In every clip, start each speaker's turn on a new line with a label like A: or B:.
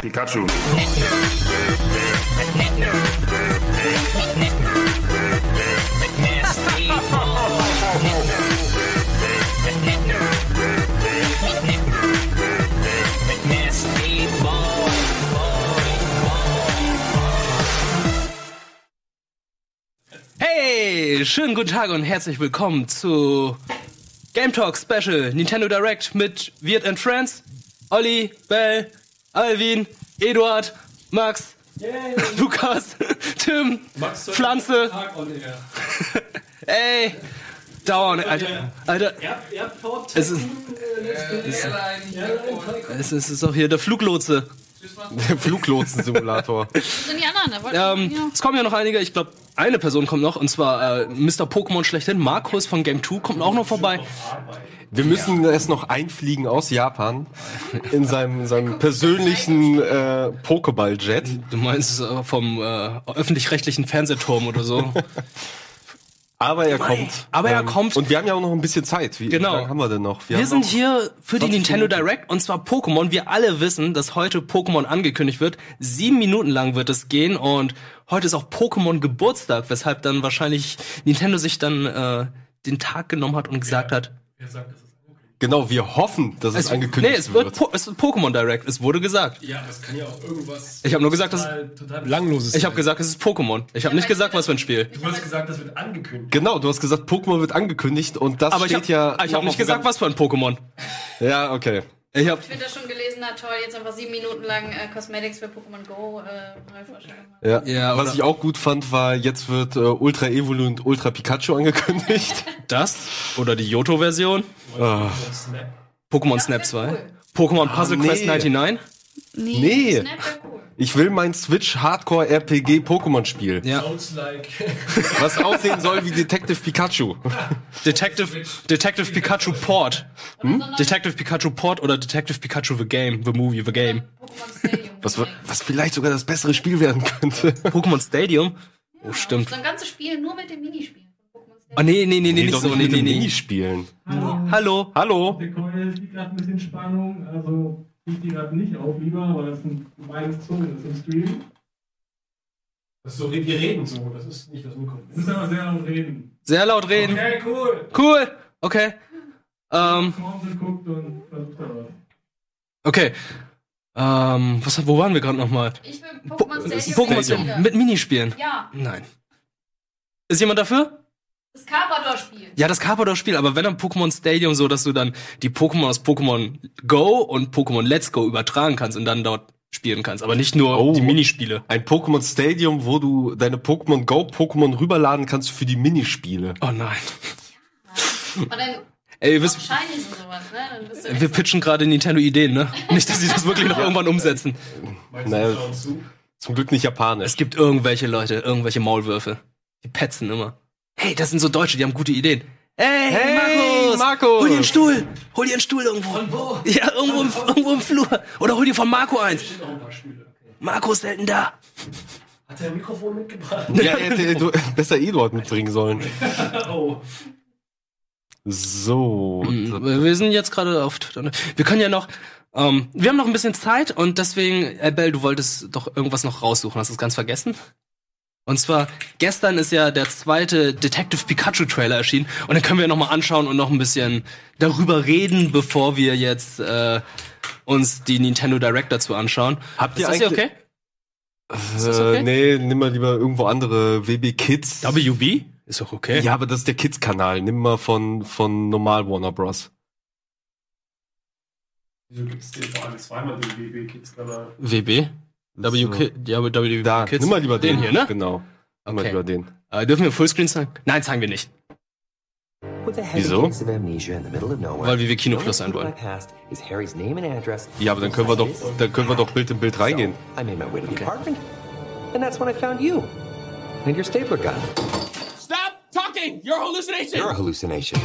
A: Pikachu.
B: Hey, schönen guten Tag und herzlich willkommen zu Game Talk Special Nintendo Direct mit Wirt and Friends, Olli, Bell, Alvin, Eduard, Max, Lukas, Tim, Pflanze. Ey, dauern, Alter. Alter,
C: Also-
B: es ist,
D: Äh,
B: es ist, es ist auch hier der Fluglotse.
D: Der Fluglotsen-Simulator.
E: sind die anderen? Da wollten
B: Ähm,
E: ja.
B: Es kommen ja noch einige, ich glaube, eine Person kommt noch, und zwar äh, Mr. Pokémon schlechthin, Markus von Game 2 kommt auch noch vorbei.
D: Wir müssen es noch einfliegen aus Japan in seinem, in seinem persönlichen äh, Pokéball-Jet.
B: Du meinst äh, vom äh, öffentlich-rechtlichen Fernsehturm oder so.
D: Aber er kommt. ähm,
B: Aber er kommt.
D: Und wir haben ja auch noch ein bisschen Zeit. Wie,
B: Genau.
D: Wie lange haben wir denn noch?
B: Wir
D: haben
B: sind
D: noch,
B: hier für die
D: 20
B: Nintendo
D: Minuten.
B: Direct und zwar Pokémon. Wir alle wissen, dass heute Pokémon angekündigt wird. Sieben Minuten lang wird es gehen und heute ist auch Pokémon Geburtstag, weshalb dann wahrscheinlich Nintendo sich dann äh, den Tag genommen hat und gesagt hat,
D: Genau, wir hoffen, dass es, angekündigt
B: nee, es
D: wird.
B: wird, Po es wird Pokémon Direct. Es wurde gesagt.
F: Ja, aber es kann ja auch irgendwas
B: Ich habe nur gesagt, dass
F: total, total langloses.
B: ich habe gesagt, es ist Pokémon. Ich habe nicht gesagt, was für ein Spiel.
F: du hast halt gesagt, das wird angekündigt.
D: Genau, du hast gesagt, Pokémon wird angekündigt und das
B: Aber ich
D: steht
B: habe
D: ja.
B: ich hab
D: noch
B: nicht
D: auf
B: gesagt,
D: dem
B: was für ein Pokémon.
D: Gan- Ja, okay.
B: Ich habe
E: Ich bin da schon gelesen, na toll, jetzt einfach sieben Minuten lang äh, Cosmetics für Pokémon Go äh, neue Vorstellungen.
D: Ja.
B: Ja, oder-
D: was ich auch gut fand, war, jetzt wird äh, Ultra Evolu und Ultra Pikachu angekündigt.
B: das oder die Johto-Version.
F: Snap.
B: Pokémon
E: Das
B: Snap
E: wär
B: 2.
E: cool.
B: Pokémon Puzzle
D: nee.
B: Quest 99.
D: nee,
E: Snap wäre cool.
D: ich will mein Switch Hardcore RPG Pokémon Spiel.
B: Ja.
F: Sounds like.
D: Was aussehen soll wie Detective Pikachu.
B: Detective, Detective Pikachu Port. Hm?
E: Sondern
B: Detective Pikachu Port oder Detective Pikachu The Game, The Movie, The Game.
E: Pokémon Stadium.
D: Was, was vielleicht sogar das bessere Spiel werden könnte.
B: Pokémon Stadium? Oh, stimmt.
E: So ein ganzes Spiel nur mit den Minispielen. von Pokémon Stadium.
B: Oh, nee, nee, nee, nee, nicht
D: doch
B: so,
D: mit
B: nee, nee,
D: den
B: nee.
D: Minispielen.
B: Hallo.
D: Hallo?
G: Der Keule sieht gerade ein bisschen Spannung, also ich die gerade nicht auf, lieber, aber das ist ein gemeines Zogen, das ist im Stream.
F: Das ist so, wir reden so, das ist nicht das Mikro.
G: Das ist aber sehr am Reden.
B: Sehr laut reden.
F: Okay, cool.
B: Cool. Okay. Ähm,
G: Morgen guckt und versucht da was.
B: okay. Ähm, was, wo waren wir gerade nochmal?
E: Ich will Pokémon Stadium.
B: Pokémon
E: mit Spiele.
B: Stadium mit Minispielen.
E: Ja,
B: Nein. Ist jemand dafür?
E: das Carpador-Spiel.
B: Ja, das Carpador-Spiel, aber wenn am Pokémon Stadium so, dass du dann die Pokémon aus Pokémon Go und Pokémon Let's Go übertragen kannst und dann dort spielen kannst, aber nicht nur
D: Oh.
B: die Minispiele.
D: Ein Pokémon Stadium, wo du deine Pokémon Go Pokémon rüberladen kannst für die Minispiele.
B: Oh nein.
E: Und dann
B: Ey, ihr
E: was
B: wisst,
E: Shiny und sowas, ne? Dann bist du
B: wir pitchen gerade Nintendo Ideen, ne? Nicht, dass sie das wirklich noch irgendwann umsetzen.
F: Meinst
D: Naja.
F: du, schauen zu?
D: Zum Glück nicht japanisch.
B: Es gibt irgendwelche Leute, irgendwelche Maulwürfe. Die petzen immer. Hey, das sind so Deutsche, die haben gute Ideen. Hey, Markus!
D: Markus!
B: Hol dir einen Stuhl! Hol dir einen Stuhl irgendwo!
F: Und wo?
B: Ja, irgendwo im, irgendwo im Flur. Oder hol dir von Marco eins.
F: Sind auch ein paar Stühle. Okay.
B: Marco ist selten da.
F: Hat er ein Mikrofon mitgebracht?
D: Ja, hätte er du, besser Eduard mitbringen sollen.
F: Oh.
D: So.
B: Wir sind jetzt gerade auf Twitter. ne? Wir können ja noch. Ähm, wir haben noch ein bisschen Zeit und deswegen, äh, Bell, du wolltest doch irgendwas noch raussuchen. Hast du es ganz vergessen? Und zwar, gestern ist ja der zweite Detective Pikachu Trailer erschienen und dann können wir nochmal anschauen und noch ein bisschen darüber reden, bevor wir jetzt äh, uns die Nintendo Direct dazu anschauen.
D: Habt
B: ist
D: ihr
B: das hier okay?
D: eigentlich-
B: Ist das okay?
D: Äh, nee, nimm mal lieber irgendwo andere WB Kids.
B: WB? Ist doch okay.
D: Ja, aber das ist der Kids-Kanal. Nimm mal von, von normal Warner Bros.
F: Wieso gibt's den vor allem zweimal den BB Kids Kanal?
B: WB?
D: So.
B: WK, ja, aber WB
D: Da,
B: Kids.
D: nimm mal lieber den.
B: Den hier, ne?
D: Genau. Nimm mal
B: Okay.
D: lieber den.
B: Äh, dürfen wir Fullscreen sagen? Nein, sagen wir nicht.
H: With a
D: Wieso?
H: Wieso? Of amnesia in the middle of nowhere,
B: Weil wir wir Kino Plus sein
H: The only
B: wollen.
H: clue I passed is Harry's name and address.
D: Ja, aber dann können wir doch, dann können wir doch Bild in Bild reingehen.
H: So, I made my way to the apartment, and that's when I found you and your stapler gun.
I: Stop talking! You're a hallucination!
H: You're a hallucination.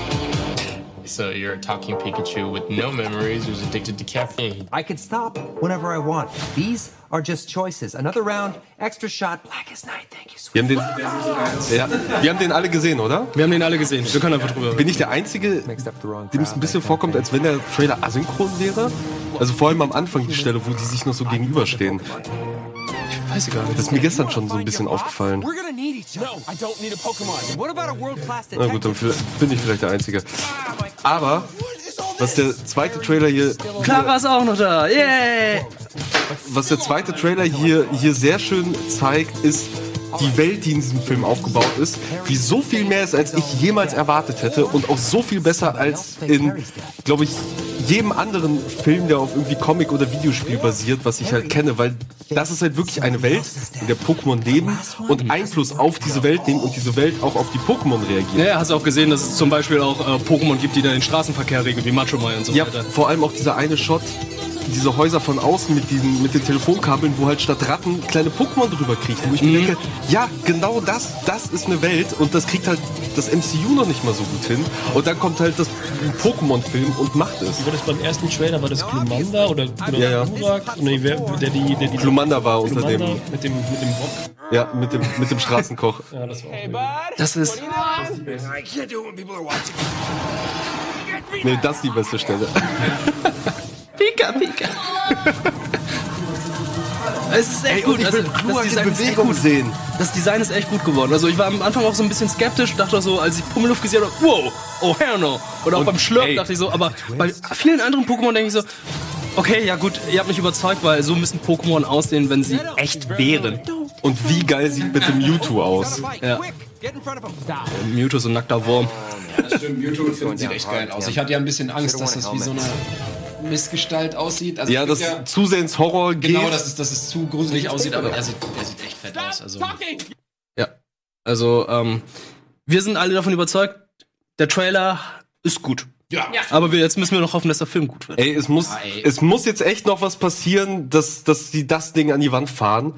I: so you're a talking Pikachu with no memories who's addicted to caffeine.
H: I can stop whenever I want. These are just choices. Another round, extra shot, black as night. Thank you,
D: Wir
H: sweet.
D: haben den, ja, wir haben den alle gesehen, oder?
B: Wir haben den alle gesehen. Wir können einfach drüber reden.
D: Bin ich der Einzige,
H: Mixed up the wrong
D: dem es ein bisschen vorkommt, als wenn der Trailer asynchron wäre? Also vor allem am Anfang die Stelle, wo die sich noch so gegenüberstehen.
B: Weiß ich gar nicht.
D: Das ist mir gestern schon so ein bisschen aufgefallen.
H: We're gonna need each other.
A: No, I don't need a Pokemon.
H: What about a world-class
D: Na gut, dann
H: detective? Ah,
D: vielleicht- bin ich vielleicht der Einzige. Aber was der zweite Trailer hier,
B: Clara ist auch noch da. Yay!
D: was der zweite Trailer hier, hier sehr schön zeigt, ist die Welt, die in diesem Film aufgebaut ist, die so viel mehr ist, als ich jemals erwartet hätte und auch so viel besser als in, glaube ich, jedem anderen Film, der auf irgendwie Comic oder Videospiel basiert, was ich halt kenne, weil das ist halt wirklich eine Welt, in der Pokémon leben und Einfluss auf diese Welt nehmen und diese Welt auch auf die Pokémon reagiert.
B: Ja, hast du auch gesehen, dass es zum Beispiel auch äh, Pokémon gibt, die da den Straßenverkehr regeln, wie Macho Man und so
D: Ja,
B: weiter.
D: vor allem auch dieser eine Shot, diese Häuser von außen mit, diesen, mit den Telefonkabeln, wo halt statt Ratten kleine Pokémon drüber kriegt. Wo ich mir denke, ja, genau das, das ist eine Welt und das kriegt halt das MCU noch nicht mal so gut hin. Und dann kommt halt das Pokémon-Film und macht es.
C: War das beim ersten Trailer, war das Glumanda oder oder
D: Ja, ja.
C: Glurak? Nee, wer, der die, der die
D: Glumanda war unter
C: Glumanda
D: dem,
C: mit dem, mit dem Bock.
D: ja, mit dem, mit dem Straßenkoch.
C: Ja, das war auch
B: Das ist.
D: Nee, das ist die beste Stelle.
B: Pika, Pika. es ist echt gut. Also, das, Design ist echt gut.
D: sehen.
B: das Design ist echt gut geworden. Also ich war am Anfang auch so ein bisschen skeptisch, dachte so, als ich Pummeluft gesehen habe, wow, oh hell no. Oder auch beim Schlurp
D: ey.
B: dachte ich so, aber bei vielen anderen Pokémon denke ich so, okay, ja gut, ihr habt mich überzeugt, weil so müssen Pokémon aussehen, wenn sie echt wären.
D: Und wie geil sieht bitte Mewtwo aus?
B: Ja.
H: Quick, get in front of him. Stop.
B: Mewtwo ist ein nackter Wurm.
A: Stimmt, Mewtwo finden sieht echt geil aus. Ich hatte ja ein bisschen Angst, dass das wie so eine Missgestalt aussieht. Also
D: Ja,
A: es
D: das
A: gibt
D: zusehends Horror geht.
A: Genau, dass es, dass es zu gruselig aussieht, aber er sieht, er sieht echt fett aus. Also,
B: Ja. Also, ähm, wir sind alle davon überzeugt, der Trailer ist gut.
A: ja.
B: Aber wir, jetzt müssen wir noch hoffen, dass der Film gut wird.
D: Ey, es muss,
A: ey.
D: es muss jetzt echt noch was passieren, dass, dass sie das Ding an die Wand fahren.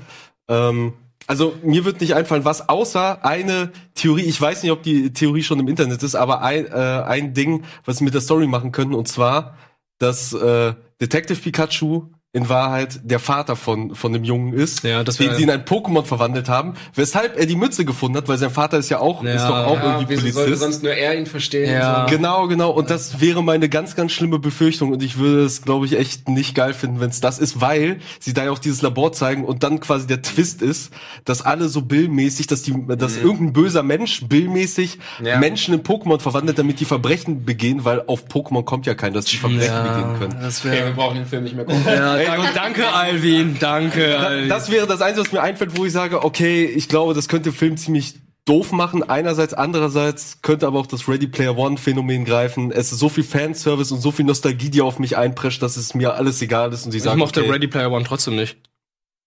D: Ähm, also mir wird nicht einfallen, was außer eine Theorie, ich weiß nicht, ob die Theorie schon im Internet ist, aber ein, äh, ein Ding, was sie mit der Story machen können, und zwar, dass äh, Detective Pikachu in Wahrheit der Vater von, von dem Jungen ist,
B: Ja, das wär-
D: den sie in ein Pokémon verwandelt haben, weshalb er die Mütze gefunden hat, weil sein Vater ist ja auch,
B: Ja,
D: ist doch auch
A: Ja,
D: irgendwie
A: wieso sollte
D: Polizist.
A: sonst nur er ihn verstehen?
B: Ja.
A: So.
D: Genau, genau. Und das wäre meine ganz, ganz schlimme Befürchtung. Und ich würde es, glaube ich, echt nicht geil finden, wenn es das ist, weil sie da ja auch dieses Labor zeigen und dann quasi der Twist ist, dass alle so billmäßig, dass die, dass irgendein böser Mensch billmäßig
A: Ja.
D: Menschen in Pokémon verwandelt, damit die Verbrechen begehen, weil auf Pokémon kommt ja kein, dass die Verbrechen begehen können.
B: das
A: Okay,
B: wäre.
A: wir brauchen den Film nicht mehr gucken.
B: Ja, danke, danke, Alvin. Danke, Alvin.
D: Äh, Das wäre das Einzige, was mir einfällt, wo ich sage, okay, ich glaube, das könnte den Film ziemlich doof machen, einerseits, andererseits könnte aber auch das Ready Player One Phänomen greifen. Es ist so viel Fanservice und so viel Nostalgie, die auf mich einprescht, dass es mir alles egal ist und ich
B: ich
D: sage,
B: mochte
D: okay,
B: Ready Player One trotzdem nicht.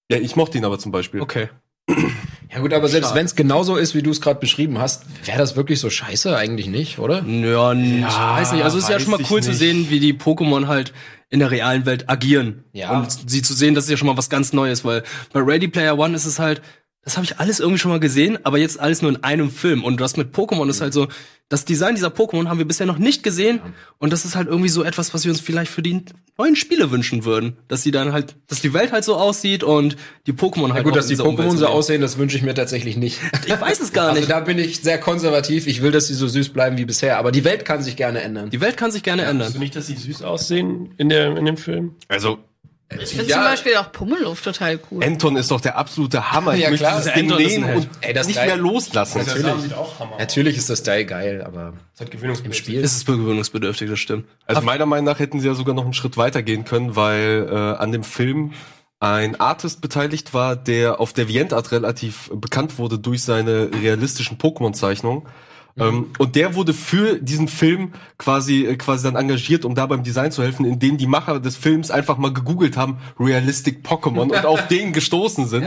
D: ja, ich mochte ihn aber zum Beispiel.
A: Oh,
B: Okay.
A: Ja gut, aber selbst wenn es genauso ist, wie du es gerade beschrieben hast, wäre das wirklich so scheiße? Eigentlich nicht, oder?
B: Ja, n- ich weiß nicht. Also es ist ja
D: weiß
B: schon mal
D: ich
B: cool zu
D: nicht.
B: sehen, wie die Pokémon halt in der realen Welt agieren.
A: Ja.
B: Und sie zu sehen, das ist ja schon mal was ganz Neues, weil bei Ready Player One ist es halt, das habe ich alles irgendwie schon mal gesehen, aber jetzt alles nur in einem Film. Und das mit Pokémon ist halt so, das Design dieser Pokémon haben wir bisher noch nicht gesehen. Und das ist halt irgendwie so etwas, was wir uns vielleicht für die neuen Spiele wünschen würden. Dass die dann halt, dass die Welt halt so aussieht und die Pokémon halt
A: Ja gut,
B: auch
A: dass
B: in
A: die
B: dieser Umwelt
A: Pokémon so
B: leben.
A: aussehen, das wünsche ich mir tatsächlich nicht.
B: Ich weiß es gar
A: Also
B: nicht.
A: da bin ich sehr konservativ. Ich will, dass sie so süß bleiben wie bisher. Aber die Welt kann sich gerne ändern.
B: Die Welt kann sich gerne ändern.
C: Also nicht, dass sie süß aussehen in, der, in dem Film.
D: Also
E: Ich finde
D: Ja.
E: zum Beispiel auch Pummeluft total cool.
D: Anton ist doch der absolute Hammer.
A: Ja,
D: ich möchte
A: klar,
D: dieses
A: der
D: Ding
B: Anton ist ein
D: nehmen
B: Held.
D: und
A: Ey, das
D: nicht
A: geil.
D: mehr loslassen.
C: Der Samen sieht auch Hammer aus.
A: Natürlich ist das Style geil, aber
C: Das hat gewöhnungsbedürftig.
A: Spiel.
B: Es ist gewöhnungsbedürftig, das stimmt.
D: Also meiner Meinung nach hätten sie ja sogar noch einen Schritt weiter gehen können, weil äh, an dem Film ein Artist beteiligt war, der auf DeviantArt relativ bekannt wurde durch seine realistischen Pokémon-Zeichnungen. Ähm, und der wurde für diesen Film quasi, äh, quasi dann engagiert, um da beim Design zu helfen, indem die Macher des Films einfach mal gegoogelt haben, Realistic Pokémon und auf den gestoßen sind.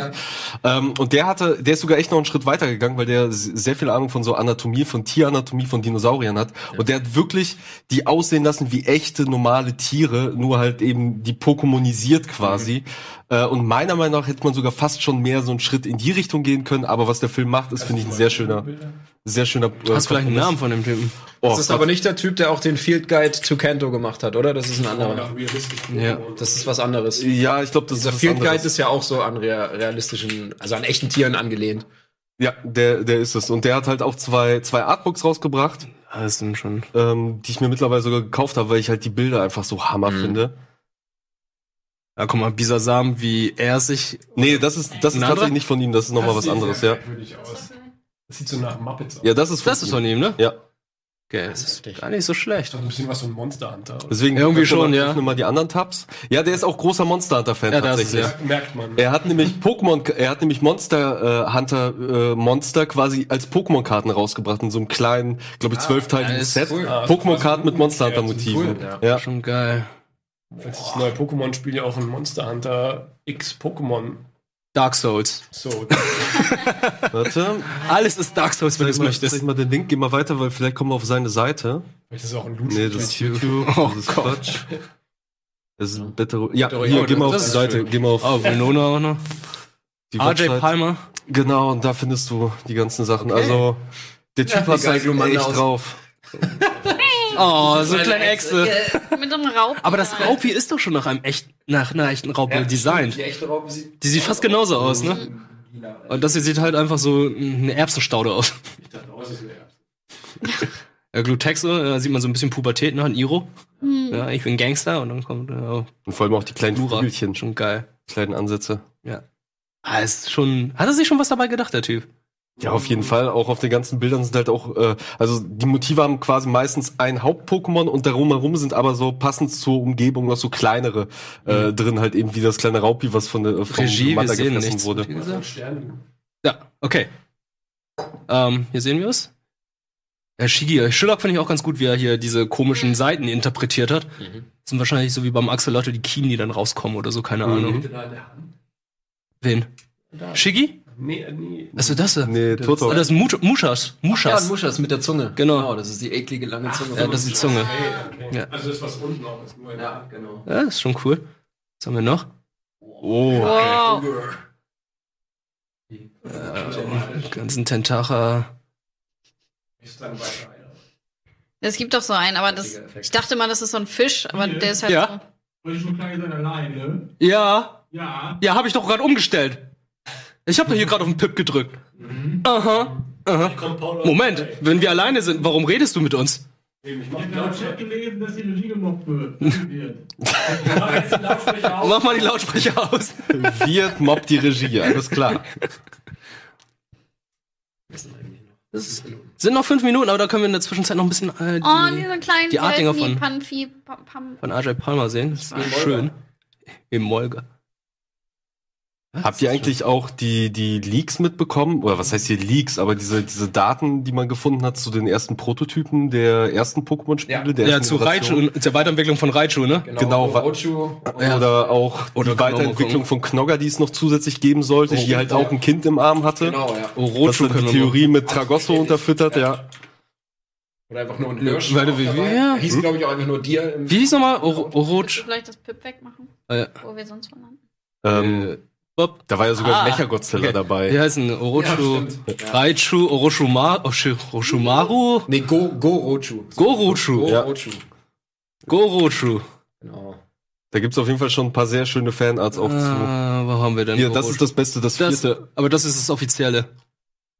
D: Ähm, und der hatte, der ist sogar echt noch einen Schritt weitergegangen, weil der s- sehr viel Ahnung von so Anatomie, von Tieranatomie, von Dinosauriern hat. Und der hat wirklich die aussehen lassen wie echte normale Tiere, nur halt eben die Pokémonisiert quasi. Äh, und meiner Meinung nach hätte man sogar fast schon mehr so einen Schritt in die Richtung gehen können. Aber was der Film macht, ist, finde ich, ein sehr schöner, sehr schöner. Äh,
B: Hast vielleicht einen
D: Kompromiss.
B: Namen von dem Typen?
D: Oh,
A: das ist aber nicht der Typ, der auch den Field Guide to Kanto gemacht hat, oder? Das ist ein anderer.
B: Ja.
A: Das ist was anderes.
D: Ja, ich glaube, das
A: Dieser
D: ist was
A: Field Guide
D: anderes.
A: ist ja auch so an rea- realistischen, also an echten Tieren angelehnt.
D: Ja, der, der ist es. Und der hat halt auch zwei, zwei Artbooks rausgebracht,
B: Das sind schon.
D: ähm, die ich mir mittlerweile sogar gekauft habe, weil ich halt die Bilder einfach so Hammer finde.
B: Ja, guck mal, Bisasam, wie er sich.
D: Nee, das ist, das ist
B: Ein
D: tatsächlich
B: anderer?
D: nicht von ihm, das ist nochmal
F: Das
D: was
F: sieht
D: anderes,
F: sehr
D: ja.
F: merkwürdig aus. Das sieht so nach Muppets aus.
D: Ja, das ist
B: Das ist von ihm, ne?
D: Ja.
B: Okay, das ist gar nicht so schlecht.
F: So ein bisschen was so ein Monster Hunter. oder?
D: Deswegen
B: Irgendwie
D: öffne
B: schon,
D: mal,
B: ja.
D: öffne mal die anderen Tabs. Ja, der ist auch großer Monster Hunter Fan
B: Ja, das ist
D: tatsächlich.
B: es,
F: Merkt man.
D: Er hat nämlich Pokémon, er hat nämlich Monster äh, Hunter äh, Monster quasi als Pokémon-Karten rausgebracht in so einem kleinen, glaube ich, zwölfteiligen
B: Ah, ja, ist
D: Set.
B: cool.
F: Ah, das
D: Pokémon-Karten
F: ist
D: mit Monster
F: cool.
D: Hunter
F: Ja,
D: Motiven.
F: das ist
D: Ja,
B: Schon geil.
F: Falls das neue Pokémon-Spiel ja auch ein Monster Hunter X Pokémon.
B: Dark Souls.
F: So,
D: warte.
B: Alles ist Dark Souls, wenn du es
D: Zeig mal, zeig
B: möchtest.
D: mal den Link, geh mal weiter, weil vielleicht kommen wir auf seine Seite.
F: das ist auch ein Loot.
D: Nee, das ist YouTube.
B: Oh
D: das ist
B: Gott.
D: Quatsch. Das ist Battle Ja,
C: Battle
D: hier,
C: Royale,
D: geh mal auf die
B: das ist
D: Seite. Geh mal auf
B: Oh, Winona auch noch.
D: die
B: RJ
D: Website.
B: Palmer.
D: Genau, und da findest du die ganzen Sachen. Also, der Typ hat
C: egal,
D: halt
C: wie man
D: echt
C: aus-
D: drauf.
B: Oh, so eine kleine Echse.
E: Mit einem Raub.
B: äh, Aber das Raupi ist doch schon nach einem echt, nach einer echten Raupe designt.
C: Die echte Raupe sieht.
B: Die sieht fast genauso aus, ne? Und das hier sieht halt einfach so eine Erbsenstaude aus. Ja, Glutexo, da sieht man so ein bisschen Pubertät noch an Iro. Ja, ich bin Gangster und dann kommt äh,
D: Und vor allem auch die kleinen
B: Lura.
D: Flügelchen, schon
B: Schon geil.
D: kleinen Ansätze.
B: Ah, ist schon, hat er sich schon was dabei gedacht, der Typ? Mhm.
D: Ja, auf jeden Fall. Auch auf den ganzen Bildern sind halt auch, äh, also die Motive haben quasi meistens ein Haupt-Pokémon und darum herum sind aber so passend zur Umgebung noch so kleinere äh, drin, halt eben wie das kleine Raupi, was von der von
B: Mhm. Regie, wir
D: Manta
B: sehen
D: gefressen
B: nichts.
D: wurde.
F: Also
B: Ja, okay. Ähm, hier sehen wir es. Herr Shigi, Schillock finde ich auch ganz gut, wie er hier diese komischen Seiten interpretiert hat.
D: Mhm.
B: Das sind wahrscheinlich so wie beim Axolotl die Kiemen, die dann rauskommen oder so,
D: Mhm.
B: keine
F: Hm.
B: Ahnung. Wen? Shigi?
F: Nee, äh, nee.
B: Achso, das da.
D: Nee,
B: Ah,
D: Toto.
B: das ist Mut- Muschas.
C: Ja, ein
B: Muschas.
C: Muschas mit der Zunge.
B: Genau.
C: Das ist die eklige lange Zunge.
B: Ja, das ist die Zunge.
F: Okay, okay.
B: Ja.
F: Also das, was unten auch ist. Nur in
C: Ja, genau.
B: Ja, ist schon cool. Was haben wir noch?
D: Oh.
E: Wow.
B: Äh, ganzen Tentacher.
F: ist dann weiter einer.
E: Es gibt doch so einen, aber das. Ich dachte mal, das ist so ein Fisch, aber der ist halt
B: Ja.
E: so.
G: Wollte ich nur klein sein alleine?
B: Ja,
G: Ja.
B: ja, habe ich doch gerade umgestellt. Ich habe doch hier gerade auf den Pip gedrückt. Aha, aha.
F: Kommt Paul auf-
B: Moment, wenn wir alleine sind, warum redest du mit uns?
F: Ich
G: Ich
F: mach
G: habe
F: die
G: gerade im Chat
F: Lautstärke.
G: gelesen, dass die Regie gemobbt wird. Das wird.
B: Mach mal die Lautsprecher aus.
D: Wird mobbt die Regie, alles klar.
B: Es sind noch fünf Minuten, aber da können wir in der Zwischenzeit noch ein bisschen äh,
E: Oh,
B: die,
E: diese kleinen
B: die Artdinger
E: Delfini,
B: von-
E: Panfi, Pam, Pam.
B: von Ajay Palmer sehen. Das ist schön. Im Molga.
D: Habt ihr eigentlich auch die, die Leaks mitbekommen? Oder was heißt hier Leaks? Aber diese, diese Daten, die man gefunden hat zu den ersten Prototypen der ersten Pokémon-Spiele? der
B: Ja,
D: ersten
B: zu
D: Iteration?
B: Raichu, zur Weiterentwicklung von Raichu, ne?
D: Genau, wa-
C: Ochu.
D: Oder auch
B: Oder Oh,
D: die
B: kann man mal
D: Weiterentwicklung von Knogger, die es noch zusätzlich geben sollte, die halt auch ein Kind im Arm hatte.
C: Genau, ja.
D: Das
B: Orochu
D: hat die
B: Oh, können wir
D: Theorie mit Tragosso unterfüttert, ja.
C: Oder einfach nur ein Hirsch.
B: Weil du-
C: auch
B: wie-
C: dabei.
B: ja.
C: Hieß, glaube ich, auch einfach nur dir. Im
B: Wie hieß nochmal? Oro-
E: Kannst du
B: Oroch?
E: vielleicht das Pip wegmachen,
B: Äh,
E: wo wir sonst wo landen?
D: Ähm,
B: Bob?
D: da war ja sogar
B: Ah,
D: ein Mechagodzilla
B: okay.
D: dabei.
B: äh, Wie heißen Orochu, Raichu, Orochumaru, Oroshumaru,
C: Nee, Go, Go Rochu.
B: Gorochu,
C: Go
D: Ja.
C: Rochu.
B: Gorochu.
C: Genau.
D: Da gibt's auf jeden Fall schon ein paar sehr schöne Fanarts
B: Äh,
D: auch zu.
B: wo haben wir denn
D: Hier, das
B: Gorochu?
D: ist das Beste, das
B: Das-
D: vierte.
B: aber das ist das offizielle.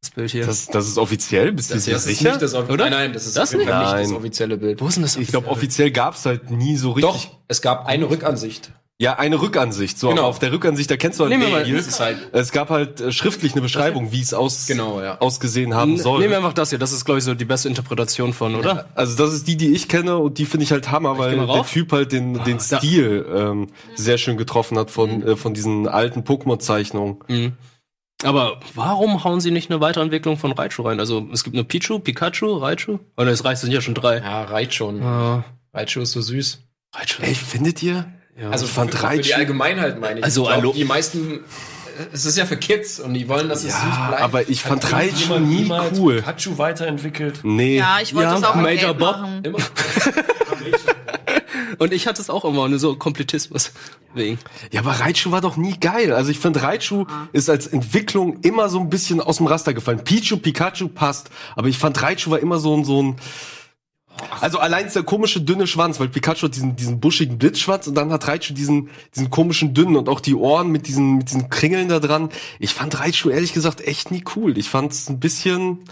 B: Das Bild hier.
D: Das, das ist offiziell, bist du
C: Das,
D: dir
C: das ist
D: sicher?
C: nicht das offizielle
B: Oder?
C: Nein, nein, das ist
B: Das
C: auf jeden Fall
D: nicht?
C: nicht das
D: Nein.
C: offizielle Bild.
B: wo ist also denn das?
D: ich glaube,
B: offizielle?
D: offiziell gab's halt nie so richtig.
C: Doch, es gab eine Rückansicht.
D: Ja, eine Rückansicht. So,
C: Genau.
D: aber auf der Rückansicht, da kennst du halt
B: Nehmen wir
D: den
B: mal-
D: Deal.
C: Das ist halt.
D: Es gab halt äh, schriftlich eine Beschreibung, wie es aus,
C: Genau, ja.
D: ausgesehen haben soll.
B: Nehmen wir einfach das hier. Das ist, glaube ich, so die beste Interpretation von, oder?
D: Also das ist die, die ich kenne und die finde ich halt Hammer, weil
B: geh mal
D: der
B: rauf. Ah,
D: Typ halt den, den
B: da.
D: Stil ähm, sehr schön getroffen hat von, äh, von diesen alten Pokémon-Zeichnungen.
B: Mhm. Aber warum hauen sie nicht eine Weiterentwicklung von Raichu rein? Also, es gibt eine Pichu, Pikachu, Raichu. Oder es reicht, sind ja schon drei.
C: Ja, Raichu.
B: Ja.
C: Raichu ist so süß.
B: Raichu.
D: Ey, findet ihr?
B: Ja.
C: Also
D: Ich fand
C: für, für die
D: Raichu-
C: Allgemeinheit meine ich.
B: Also,
C: ich
B: hallo.
C: glaub, die meisten, es ist ja für Kids und die wollen, dass es süß
D: Ja,
C: bleibt.
D: aber ich fand Raichu
F: Jemand
D: nie
F: niemals
D: cool.
F: Pikachu weiterentwickelt.
D: Nee.
E: Ja, ich wollte
B: Ja,
E: es auch
B: Major
E: mit Gelb
B: Bob.
E: machen.
C: immer.
B: Und ich hatte es auch immer, nur so Komplettismus. Wegen.
D: Ja, aber Raichu war doch nie geil. Also ich fand Raichu ist als Entwicklung immer so ein bisschen aus dem Raster gefallen. Pichu, Pikachu passt, aber ich fand Raichu war immer so ein so ein also allein dieser komische dünne Schwanz, weil Pikachu hat diesen diesen buschigen Blitzschwanz und dann hat Raichu diesen diesen komischen dünnen und auch die Ohren mit diesen mit diesen Kringeln da dran. Ich fand Raichu ehrlich gesagt echt nie cool. Ich fand es ein bisschen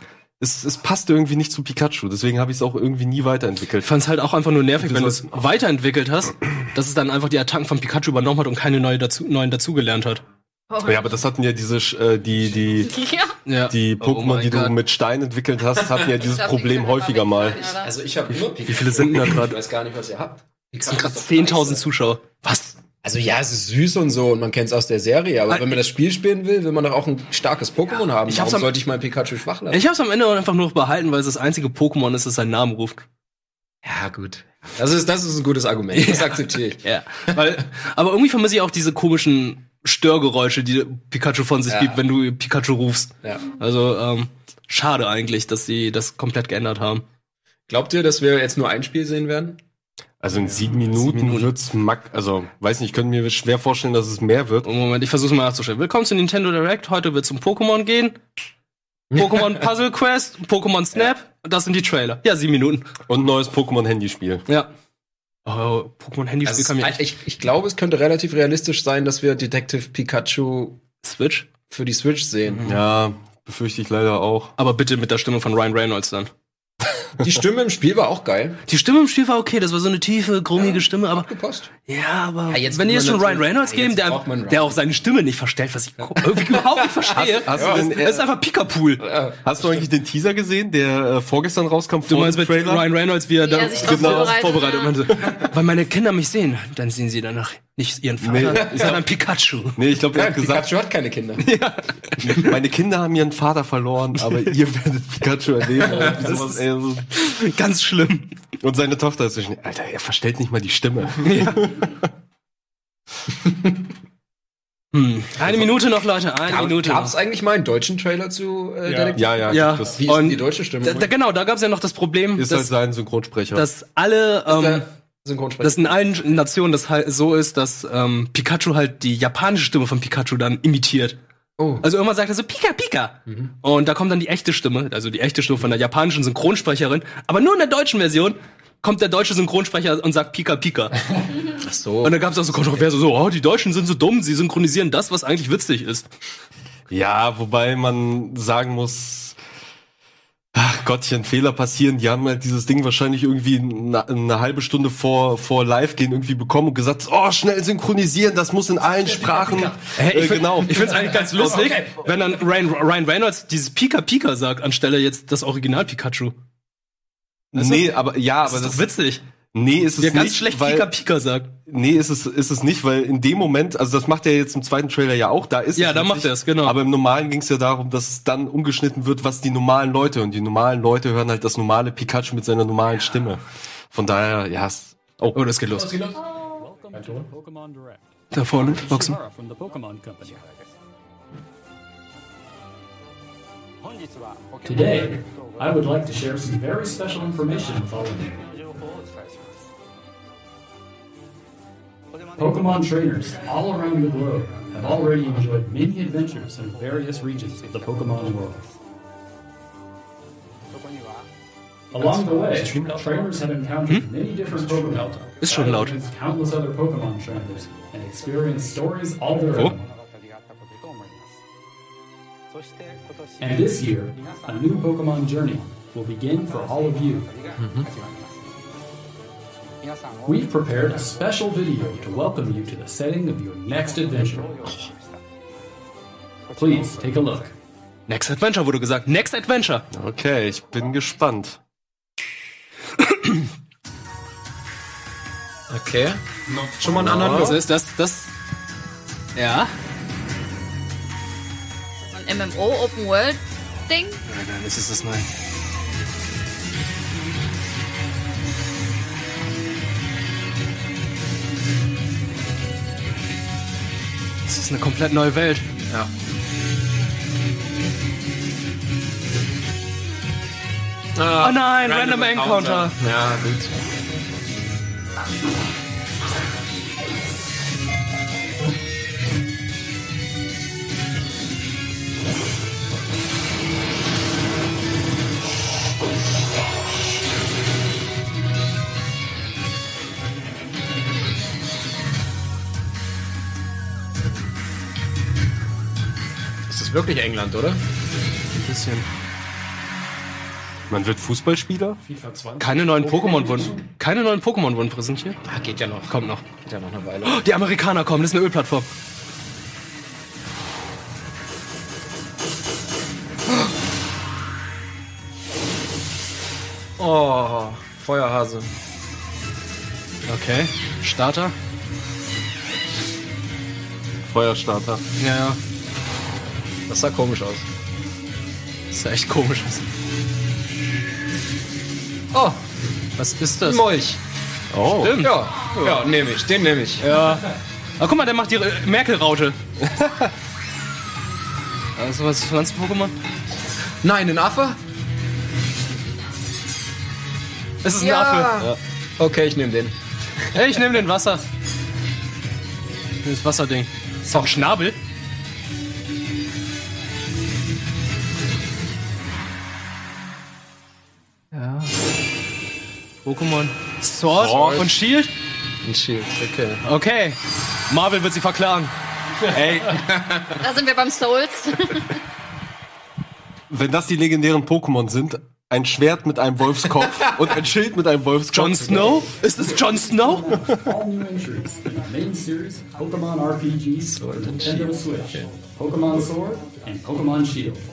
D: es, es passte irgendwie nicht zu Pikachu, deswegen habe ich es auch irgendwie nie weiterentwickelt.
B: Ich fand's halt auch einfach nur nervig,
D: Du
B: wenn du es
D: sollst-
B: weiterentwickelt hast, dass es dann einfach die Attacken von Pikachu übernommen hat und keine neue dazu, neuen dazugelernt hat.
E: Oh.
D: Ja, aber das hatten ja diese, Sch- äh, die, die,
E: Ja.
B: Ja.
D: die
B: Oh
D: Pokémon,
B: mein
D: die du
B: Gott.
D: mit Stein entwickelt hast, hatten ja dieses
E: Ich glaub, die
D: Problem
E: können wir
D: häufiger
E: mal
D: mal.
E: wegschneiden, oder?
C: Also ich habe nur Pikachu.
B: Wie viele sind denn da
C: Ich
B: gerade?
C: weiß gar nicht, was ihr habt.
B: Es sind gerade 10.000 Zuschauer. Was?
C: Also ja, es ist süß und so und man kennt es aus der Serie, aber
B: Ah,
C: wenn man das Spiel spielen will, will man doch auch ein starkes Pokémon haben.
B: ich hab's
C: Warum
B: am-
C: sollte ich mein Pikachu schwach lassen?
B: Ich hab's am Ende einfach nur noch behalten, weil es das einzige Pokémon ist, das seinen Namen ruft.
C: Ja, gut. Das ist, das ist ein gutes Argument. Das akzeptiere ich.
B: Ja. Weil, aber irgendwie vermisse ich auch diese komischen Störgeräusche, die Pikachu von sich
C: Ja.
B: gibt, wenn du Pikachu rufst.
C: Ja.
B: Also, ähm, schade eigentlich, dass sie das komplett geändert haben.
C: Glaubt ihr, dass wir jetzt nur ein Spiel sehen werden?
D: Also in sieben Minuten
B: Minuten.
D: wird's mack, also weiß nicht, ich könnte mir schwer vorstellen, dass es mehr wird.
B: Und Oh, Moment, ich versuche mal nachzustellen. Willkommen zu Nintendo Direct. Heute wird's um Pokémon gehen. Pokémon Puzzle Quest, Pokémon Snap. Das sind die Trailer. Ja, sieben Minuten.
D: Und ein neues Pokémon-Handyspiel.
B: Ja. Oh, Pokémon Handyspiel
C: Also,
B: kam ja
C: ich, ich, ich glaube, es könnte relativ realistisch sein, dass wir Detective Pikachu
B: Switch.
C: für die Switch sehen.
D: Ja, befürchte ich leider auch.
B: Aber bitte mit der Stimme von Ryan Reynolds dann. Mhm.
C: Die Stimme im Spiel war auch geil.
B: Die Stimme im Spiel war okay, das war so eine tiefe, grummige Stimme, aber
C: Gepasst.
B: ja, aber
C: Ja, jetzt
B: wenn ihr
C: will
B: jetzt
C: man
B: schon Ryan
C: natürlich-
B: Reynolds
C: Ja,
B: geben,
C: jetzt
B: der,
C: braucht man Ryan.
B: der auch seine Stimme nicht verstellt, was ich irgendwie überhaupt nicht verstehe.
D: Hast du denn- äh,
B: das ist einfach Pikapool.
D: Hast du eigentlich den Teaser gesehen, der äh, vorgestern rauskam
B: Du
D: vor
B: meinst mit Ryan Reynolds, wie er da genau
E: er sich drauf vorbereitet,
B: vorbereitet
E: ja.
B: meinte, weil meine Kinder mich sehen, dann sehen sie danach nicht ihren Vater,
D: Nee.
B: sondern Pikachu.
D: Nee, ich glaube, er
C: Nein,
D: hat gesagt,
C: Pikachu hat keine Kinder.
D: meine Kinder haben ihren Vater verloren, aber ihr werdet Pikachu erleben. Und sowas, ey, so.
B: Ganz schlimm.
D: Und seine Tochter ist zwischen, Alter, er verstellt nicht mal die Stimme.
B: Hm. Eine Minute noch, Leute, eine Minute.
C: Gab
B: Noch.
C: es eigentlich mal einen deutschen Trailer zu äh,
F: Ja.
C: Detective?
D: Ja, ja,
B: Ja.
D: das
C: Wie ist denn die
B: Und
C: deutsche Stimme?
B: Da, da, genau, da gab es ja noch das Problem,
D: ist halt
B: dass,
D: sein Synchronsprecher.
B: dass alle ähm,
C: Der Synchronsprecher.
B: dass in allen Nationen das halt so ist, dass ähm, Pikachu halt die japanische Stimme von Pikachu dann imitiert.
C: Oh.
B: Also irgendwann sagt er so Pika Pika.
D: Mhm.
B: Und da kommt dann die echte Stimme, also die echte Stimme von der japanischen Synchronsprecherin, aber nur in der deutschen Version kommt der deutsche Synchronsprecher und sagt Pika Pika.
C: Ach so.
B: Und da gab es auch so Kontroverse, so, oh, die Deutschen sind so dumm, sie synchronisieren das, was eigentlich witzig ist.
D: Ja, wobei man sagen muss, ach Gottchen, Fehler passieren. Die haben halt dieses Ding wahrscheinlich irgendwie eine, eine halbe Stunde vor, vor Live gehen irgendwie bekommen und gesagt, oh, schnell synchronisieren, das muss in allen Sprachen.
B: Hey, ich
D: äh,
B: find-
D: genau.
B: Ich find's eigentlich ganz lustig, wenn dann Ryan, Ryan Reynolds dieses Pika Pika sagt, anstelle jetzt das Original Pikachu.
D: nee, aber ja,
B: Das
D: aber
B: ist
D: das,
B: doch witzig.
D: nee, ist es
B: Der ganz
D: nicht,
B: schlecht
D: weil,
B: Pika Pika sagt.
D: nee, ist es ist es nicht, weil in dem Moment, also das macht er jetzt im zweiten Trailer ja auch, da ist
B: Ja,
D: es
B: da
D: witzig,
B: macht er es, genau.
D: Aber im normalen ging es ja darum, dass es dann umgeschnitten wird, was die normalen Leute und die normalen Leute hören halt das normale Pikachu mit seiner normalen Stimme. Von daher, ja, es- oh,
B: Oh, das geht los.
F: Kein Ton.
B: Da vorne, Boxen.
J: Today, I would like to share some very special information with all of you. Pokemon trainers all around the globe have already enjoyed many adventures in various regions of the Pokemon world. Along the way, trainers have encountered many different Pokemon,
B: Ist schon laut.
J: battled with countless other Pokemon trainers, and experienced stories all their
B: Oh.
J: own. And this year, a new Pokemon journey will begin for all of you. We've prepared a special video to welcome you to the setting of your next adventure. Please take a look.
B: Next Adventure wurde gesagt. Next Adventure.
D: Okay, ich bin gespannt.
C: Okay.
F: Schon mal einen anderen
B: Das
F: Look.
B: ist das, das. Ja.
E: So ein MMO Open World Ding.
B: Nein, nein, das ist das nein. Das ist eine komplett neue Welt.
C: Ja.
B: oh nein, Random, Encounter.
C: Ja, gut. Das ist wirklich England, oder?
B: Ein bisschen.
D: Man wird Fußballspieler?
F: FIFA 20.
B: Keine neuen Pokémon wurden, keine neuen Pokémon wurden präsentiert.
C: Ah, geht ja noch.
B: Kommt noch.
C: Geht ja noch eine Weile.
B: Oh, Die Amerikaner kommen, das ist eine Ölplattform.
C: Oh, Feuerhase.
B: Okay, Starter.
D: Feuerstarter.
B: Ja, ja.
C: Das sah komisch aus.
B: Das ist echt komisch.
C: Oh,
B: Was ist das?
C: Molch.
D: Oh.
B: Stimmt.
C: Ja, ja, nehme ich. Den nehme ich.
B: Ja. Ah, guck mal, der macht die äh, Merkel-Raute. also was Pflanzen-Pokémon?
C: Nein, ein Affe?
B: Es ist ein
C: Ja.
B: Affe.
C: Okay, ich nehme den.
B: Ey, ich nehme den Wasser. Das Wasserding. Ist auch ein Schnabel. Ja. Pokémon. Sword,
D: Sword.
B: und Shield?
C: Ein Schild. Okay.
B: Okay. Marvel wird sie verklagen. Ey,
E: Da sind wir beim Souls.
D: Wenn das die legendären Pokémon sind, ein Schwert mit einem Wolfskopf und ein Schild mit einem Wolfskopf.
B: Jon Snow? Ist es Jon Snow?
J: All new entries in our main series, Pokemon RPG, Sword Nintendo Switch, Pokemon Sword, and Pokemon Shield.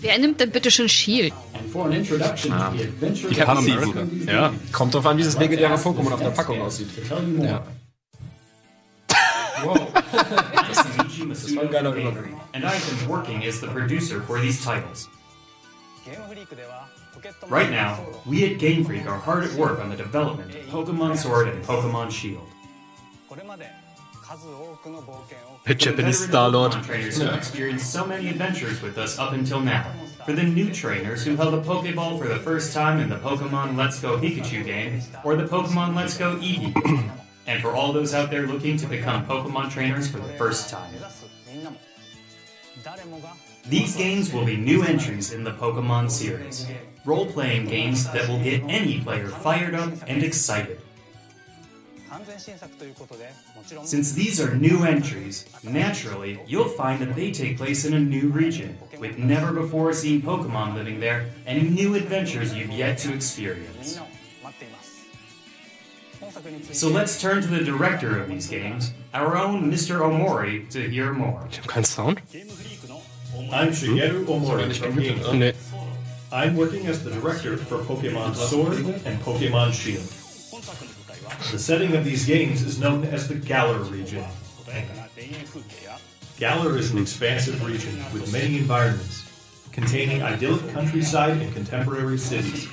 E: Wer nimmt denn bitte schon Shield?
J: And for an introduction to the adventure
B: Captain
J: of
B: America.
J: sequel of these
B: Ja.
J: games,
C: Kommt drauf an, wie das
J: I'd like to
C: legendäre
J: ask
C: Pokémon
J: this
C: auf der
J: next
C: Packung
J: guest
C: aussieht.
J: To tell you more.
C: war ein geiler Übergang.
J: And I've been working as the producer for these titles. Right now, we at Game Freak are hard at work on the development of Pokemon Sword and Pokemon Shield.
B: Der Japanese Star-Lord.
J: Pokemon trainers who experienced so many adventures with us up until now. For the new trainers who held a Pokeball for the first time in the Pokemon Let's Go Pikachu game or the Pokemon Let's Go Eevee game. And for all those out there looking to become Pokemon trainers for the first time. These games will be new entries in the Pokemon series. Role playing games that will get any player fired up and excited. Since these are new entries, naturally, you'll find that they take place in a new region, with never before seen Pokemon living there and new adventures you've yet to experience. So let's turn to the director of these games, our own Mr. Omori, to hear more.
B: Ich hab keinen Sound.
K: I'm Shigeru Omori from Game Freak.
B: Nee.
K: I'm working as the director for Pokemon Sword and Pokemon Shield. The setting of these games is known as the Galar region. Galar is an expansive region with many environments, containing idyllic countryside and contemporary cities,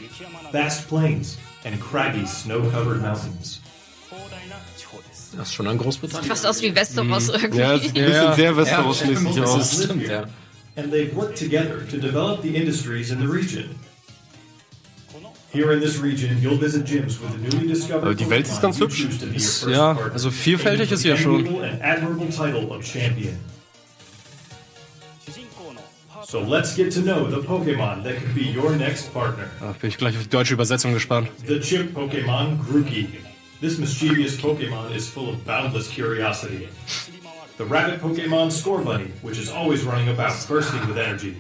K: vast plains, and craggy snow-covered mountains.
C: Das ist schon an Großbritannien.
E: Fast aus wie Westeros irgendwie.
D: Ja, sieht ein bisschen sehr Westeros-mäßig
K: Pokemon
D: aus.
K: live here, And they've worked together to develop the industries in the region. Here in this region, you'll visit gyms with the newly discovered.
D: Aber Oh, die Welt ist ganz
K: Pokemon you
D: hübsch.
K: choose to be your first
B: Ja,
K: partner,
B: also vielfältig
K: aiming
B: ist sie ja
K: the
B: schon.
K: enviable and admirable title of champion. So let's get to know the Pokemon that could be your next partner.
B: Da bin ich gleich auf die deutsche Übersetzung gespannt.
K: The chip Pokemon Grookey. This mischievous Pokemon is full of boundless curiosity. The rabbit Pokemon Score Bunny, which is always running about, bursting with energy.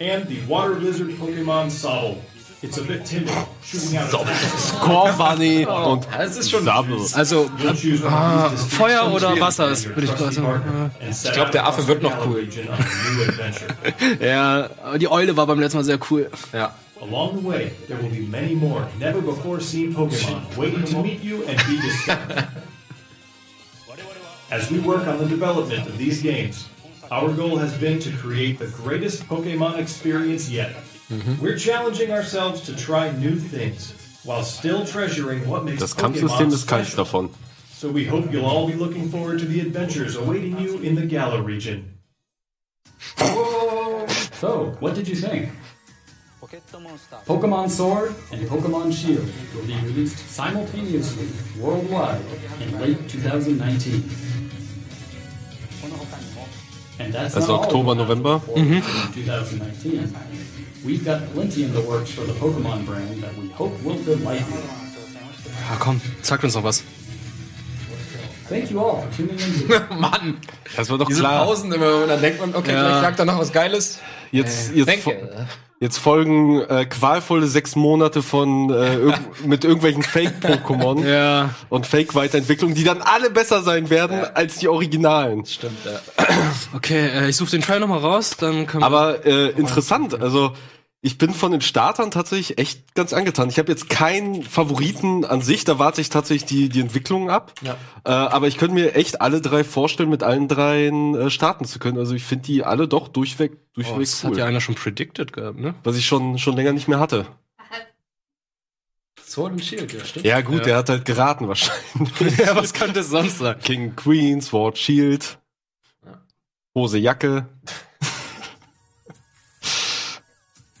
K: And the water lizard Pokemon Sobble. It's a bit timid, shooting out attacks.
D: Score Bunny
B: Oh.
D: und
C: Das ist schon
D: Sable.
B: Also, ah,
K: You'll choose one of these distinct
B: Feuer oder
K: subspecies
B: Wasser
K: as
B: ist-
K: your
B: würde ich
K: trusty
B: sagen, Ah.
K: partner and set
C: glaub,
K: out
C: der Affe
K: across
C: wird
K: the
C: noch
K: Galar
C: cool.
K: region on a new adventure.
B: ja, aber die Eule war beim letzten Mal sehr cool.
C: Ja.
K: Along the way, there will be many more never before seen Pokemon waiting to meet you and be discovered. As we work on the development of these games, our goal has been to create the greatest Pokemon experience yet.
D: Mm-hmm.
K: We're challenging ourselves to try new things while still treasuring what makes
D: Das
K: Pokemon
D: Kampfsystem ist keins
K: special.
D: davon.
K: So we hope you'll all be looking forward to the adventures awaiting you in the Galar region.
J: So, what did you think? Pokemon Sword and Pokemon Shield will be released simultaneously worldwide in late 2019. And that's
D: Also
J: not all Mm-hmm.
D: Oktober,
J: we have
D: November.
J: to look forward to in 2019. We've got plenty in the works for the Pokemon brand that we hope will delight you.
B: Ah, komm, zeig uns noch was.
C: Thank you all for tuning in. Mann!
D: Das war doch
C: Diese
D: klar.
C: Pausen immer, und dann denkt man, okay,
D: Ja.
C: vielleicht sagt er noch was Geiles.
D: Jetzt,
C: Äh,
D: jetzt,
C: danke.
D: fo- jetzt folgen äh, qualvolle sechs Monate von äh, irg mit irgendwelchen Fake-Pokémon und Fake-Weiterentwicklungen, die dann alle besser sein werden als die Originalen.
C: Stimmt,
B: Okay, äh, ich suche den Trail nochmal raus, dann können
D: Aber äh, interessant, also ich bin von den Startern tatsächlich echt ganz angetan. Ich habe jetzt keinen Favoriten an sich, da warte ich tatsächlich die, die Entwicklungen ab.
C: Ja.
D: Äh, aber ich könnte mir echt alle drei vorstellen, mit allen dreien äh, starten zu können. Also ich finde die alle doch durchweg, durchweg
B: Oh, das
D: cool.
B: hat ja einer schon predicted gehabt, ne?
D: was ich schon, schon länger nicht mehr hatte.
C: Sword and Shield, ja, stimmt.
D: Ja, gut, der hat halt geraten wahrscheinlich. ja,
B: was könnte es sonst sein?
D: King Queen, Sword Shield, Hose, Jacke.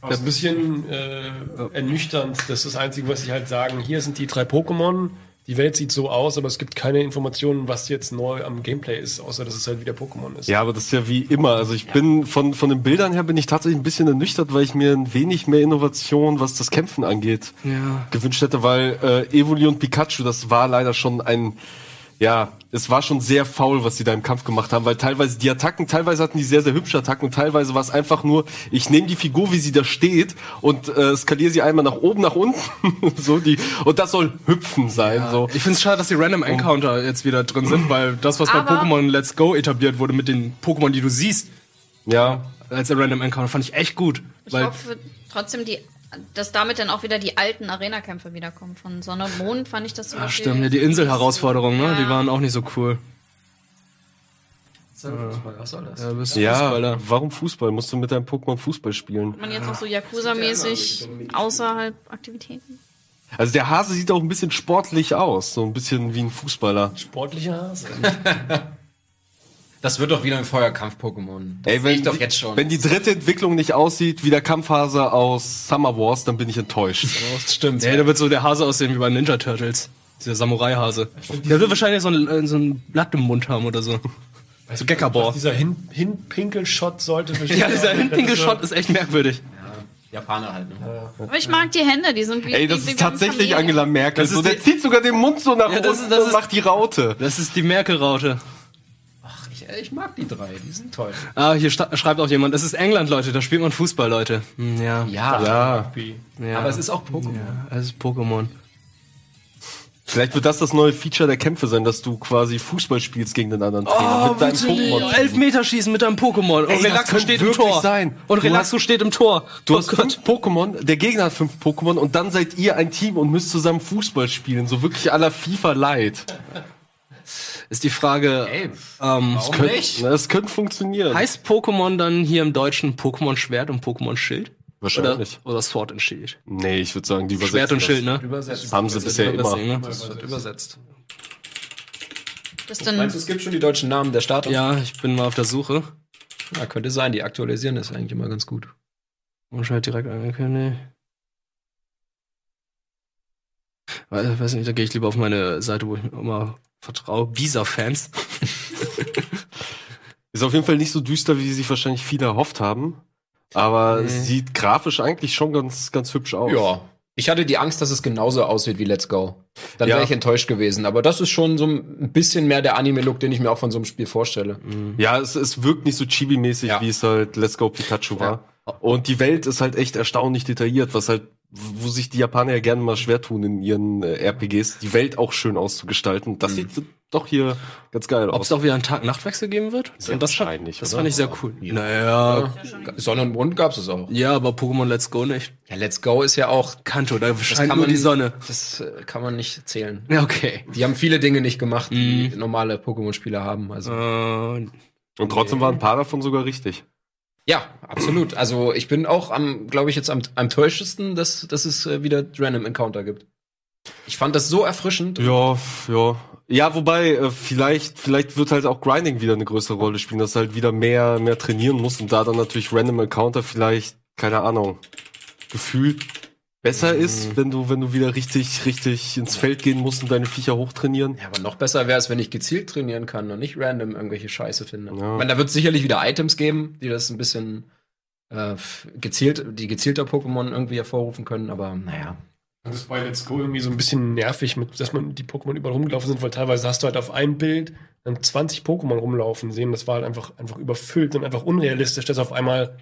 F: Das ist ein bisschen äh, ernüchternd. Das ist das Einzige, was sie halt sagen. Hier sind die drei Pokémon. Die Welt sieht so aus, aber es gibt keine Informationen, was jetzt neu am Gameplay ist, außer dass es halt wieder Pokémon ist.
D: Ja, aber das ist ja wie immer. Also ich bin von, von den Bildern her bin ich tatsächlich ein bisschen ernüchtert, weil ich mir ein wenig mehr Innovation, was das Kämpfen angeht,
B: Ja.
D: gewünscht hätte, weil äh, Evoli und Pikachu, das war leider schon ein, ja, es war schon sehr faul, was die da im Kampf gemacht haben, weil teilweise die Attacken, teilweise hatten die sehr, sehr hübsche Attacken und teilweise war es einfach nur, ich nehme die Figur, wie sie da steht und äh, skaliere sie einmal nach oben, nach unten, so die, und das soll hüpfen sein, so.
B: Ich finde es schade, dass die Random Encounter jetzt wieder drin sind, weil das, was bei
E: Aber-
B: Pokémon Let's Go etabliert wurde mit den Pokémon, die du siehst,
D: ja,
B: als ein Random Encounter, fand ich echt gut.
E: Ich
B: Weil
E: hoffe trotzdem, die, dass damit dann auch wieder die alten Arena-Kämpfe wiederkommen. Von Sonne und Mond fand ich das so.
B: Ah, stimmt, ja, die Insel-Herausforderungen, ne? Die waren auch nicht so cool.
C: Was soll das?
B: Ja, bist du
D: Ja,
B: Fußballer.
D: warum Fußball? Musst du mit deinem Pokémon Fußball spielen?
E: Man jetzt noch so Yakuza-mäßig außerhalb Aktivitäten.
D: Also der Hase sieht auch ein bisschen sportlich aus, so ein bisschen wie ein Fußballer.
F: Sportlicher Hase. Also
C: Das wird doch wieder ein Feuerkampf-Pokémon. Das
D: Ey,
C: seh
D: wenn,
C: ich doch
D: die,
C: jetzt schon.
D: wenn die dritte Entwicklung nicht aussieht wie der Kampfhase aus Summer Wars, dann bin ich enttäuscht.
B: Stimmt. Nee, da wird so der Hase aussehen wie bei Ninja Turtles. Dieser Samurai-Hase. Der wird wahrscheinlich so ein, äh, so ein Blatt im Mund haben oder so. So Geckerbor.
F: Dieser Hin Hinpinkel-Shot sollte bestimmt-
B: Ja, dieser Hinpinkel-Shot
F: Das
B: ist echt merkwürdig.
C: Japaner halt. Ne?
E: Aber ich mag die Hände, die sind wie.
D: Ey,
E: wie,
D: das
E: wie
D: ist
E: beim
D: tatsächlich
E: Kamel.
D: Angela Merkel.
B: Das ist
D: so, der
B: die-
D: zieht sogar den Mund so nach
B: Ja, das
D: unten
B: ist- das
D: und
B: ist-
D: macht die Raute.
B: Das ist die Merkel-Raute.
C: Ach, ich, äh, ich mag die drei, die sind toll.
B: Ah, hier sta- schreibt auch jemand, es ist England, Leute, da spielt man Fußball, Leute. Hm, ja.
C: Ja,
D: Ja,
B: ja.
C: aber es ist auch Pokémon.
B: es ist Pokémon.
D: vielleicht wird das das neue Feature der Kämpfe sein, dass du quasi Fußball spielst gegen den anderen Trainer
B: Oh,
D: mit deinem
B: bitte.
D: Pokémon.
B: Elfmeter schießen mit deinem Pokémon. Und
D: Ey, das
B: Relaxo
D: könnte
B: steht im
D: wirklich
B: Tor.
D: sein.
B: Und
D: Du
B: Relaxo
D: hast-
B: steht im Tor.
D: Du
B: Oh
D: hast
B: Gott.
D: fünf Pokémon, der Gegner hat fünf Pokémon und dann seid ihr ein Team und müsst zusammen Fußball spielen, so wirklich aller FIFA Light.
B: Ist die Frage,
C: Ey,
B: ähm,
C: warum nicht?
D: Na, Das könnte funktionieren.
B: heißt Pokémon dann hier im Deutschen Pokémon Schwert und Pokémon Schild?
D: Wahrscheinlich.
B: Oder, oder Sword and Shield.
D: Nee, ich würde sagen, die übersetzen
B: Schwert und
D: das.
B: Schild, ne?
C: Übersetzt.
D: Haben sie bisher immer.
B: Deswegen, ne?
C: Das wird übersetzt.
E: Das dann
C: Meinst du, es gibt schon die deutschen Namen der Starter?
B: Ja, ich bin mal auf der Suche.
C: Ja, könnte sein. Die aktualisieren das eigentlich immer ganz gut.
B: Und Schwert direkt angekündigt. Weiß, weiß nicht, da gehe ich lieber auf meine Seite, wo ich mir immer vertraue. Bisa-Fans.
D: Ist auf jeden Fall nicht so düster, wie sich wahrscheinlich viele erhofft haben. Aber es sieht grafisch eigentlich schon ganz, ganz hübsch aus.
C: Ja. Ich hatte die Angst, dass es genauso aussieht wie Let's Go. Dann
D: Ja.
C: wäre ich enttäuscht gewesen. Aber das ist schon so ein bisschen mehr der Anime-Look, den ich mir auch von so einem Spiel vorstelle.
B: Mhm.
D: Ja, es, es wirkt nicht so chibi-mäßig,
C: Ja.
D: wie es halt Let's Go Pikachu war. Und die Welt ist halt echt erstaunlich detailliert, was halt, wo sich die Japaner ja gerne mal schwer tun in ihren äh, RPGs, die Welt auch schön auszugestalten. Das
B: Mhm.
D: sieht doch hier ganz geil
B: Ob
D: aus.
B: es auch wieder einen Tag-Nacht-Wechsel geben wird?
D: Sehr
B: Und das fand-
D: wahrscheinlich,
B: Das
D: oder?
B: fand ich sehr cool. Naja.
C: Sonne und Mond gab es auch.
B: Ja, aber Pokémon Let's Go nicht.
C: Ja, Let's Go ist ja auch.
B: Kanto, da scheint
C: kann
B: nur
C: man-
B: die Sonne.
C: Das äh, kann man nicht zählen. Mhm.
B: Ja, okay.
C: Die haben viele Dinge nicht gemacht, die normale Pokémon-Spieler haben. Also.
B: Äh,
D: Und trotzdem waren ein paar davon sogar richtig.
C: Ja, absolut. Also ich bin auch am, glaube ich, jetzt am, am täuschesten, dass, dass es äh, wieder Random Encounter gibt. Ich fand das so erfrischend.
D: Ja, ja. Ja, wobei, äh, vielleicht, vielleicht wird halt auch Grinding wieder eine größere Rolle spielen, dass du halt wieder mehr, mehr trainieren musst und da dann natürlich Random Encounter vielleicht, keine Ahnung, gefühlt besser ist, wenn du, wenn du wieder richtig, richtig ins Feld gehen musst und deine Viecher hochtrainieren.
C: Ja, aber noch besser wäre es, wenn ich gezielt trainieren kann und nicht random irgendwelche Scheiße finde.
D: Ja.
C: Ich meine, da wird es sicherlich wieder Items geben, die das ein bisschen äh, gezielt, die gezielter Pokémon irgendwie hervorrufen können, aber naja.
F: Das ist bei Let's Go irgendwie so ein bisschen nervig, mit, dass man die Pokémon überall rumgelaufen sind, weil teilweise hast du halt auf einem Bild dann 20 Pokémon rumlaufen sehen. Das war halt einfach, einfach überfüllt und einfach unrealistisch, dass auf einmal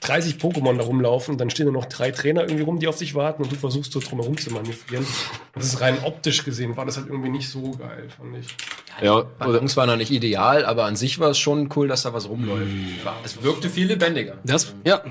F: 30 Pokémon da rumlaufen und dann stehen da noch drei Trainer irgendwie rum, die auf dich warten und du versuchst so drumherum zu manövrieren. Das ist rein optisch gesehen, war das halt irgendwie nicht so geil, fand ich.
C: Ja,
D: Also-
C: bei uns war noch nicht ideal, aber an sich war es schon cool, dass da was rumläuft. Es wirkte viel lebendiger.
B: Das, ja.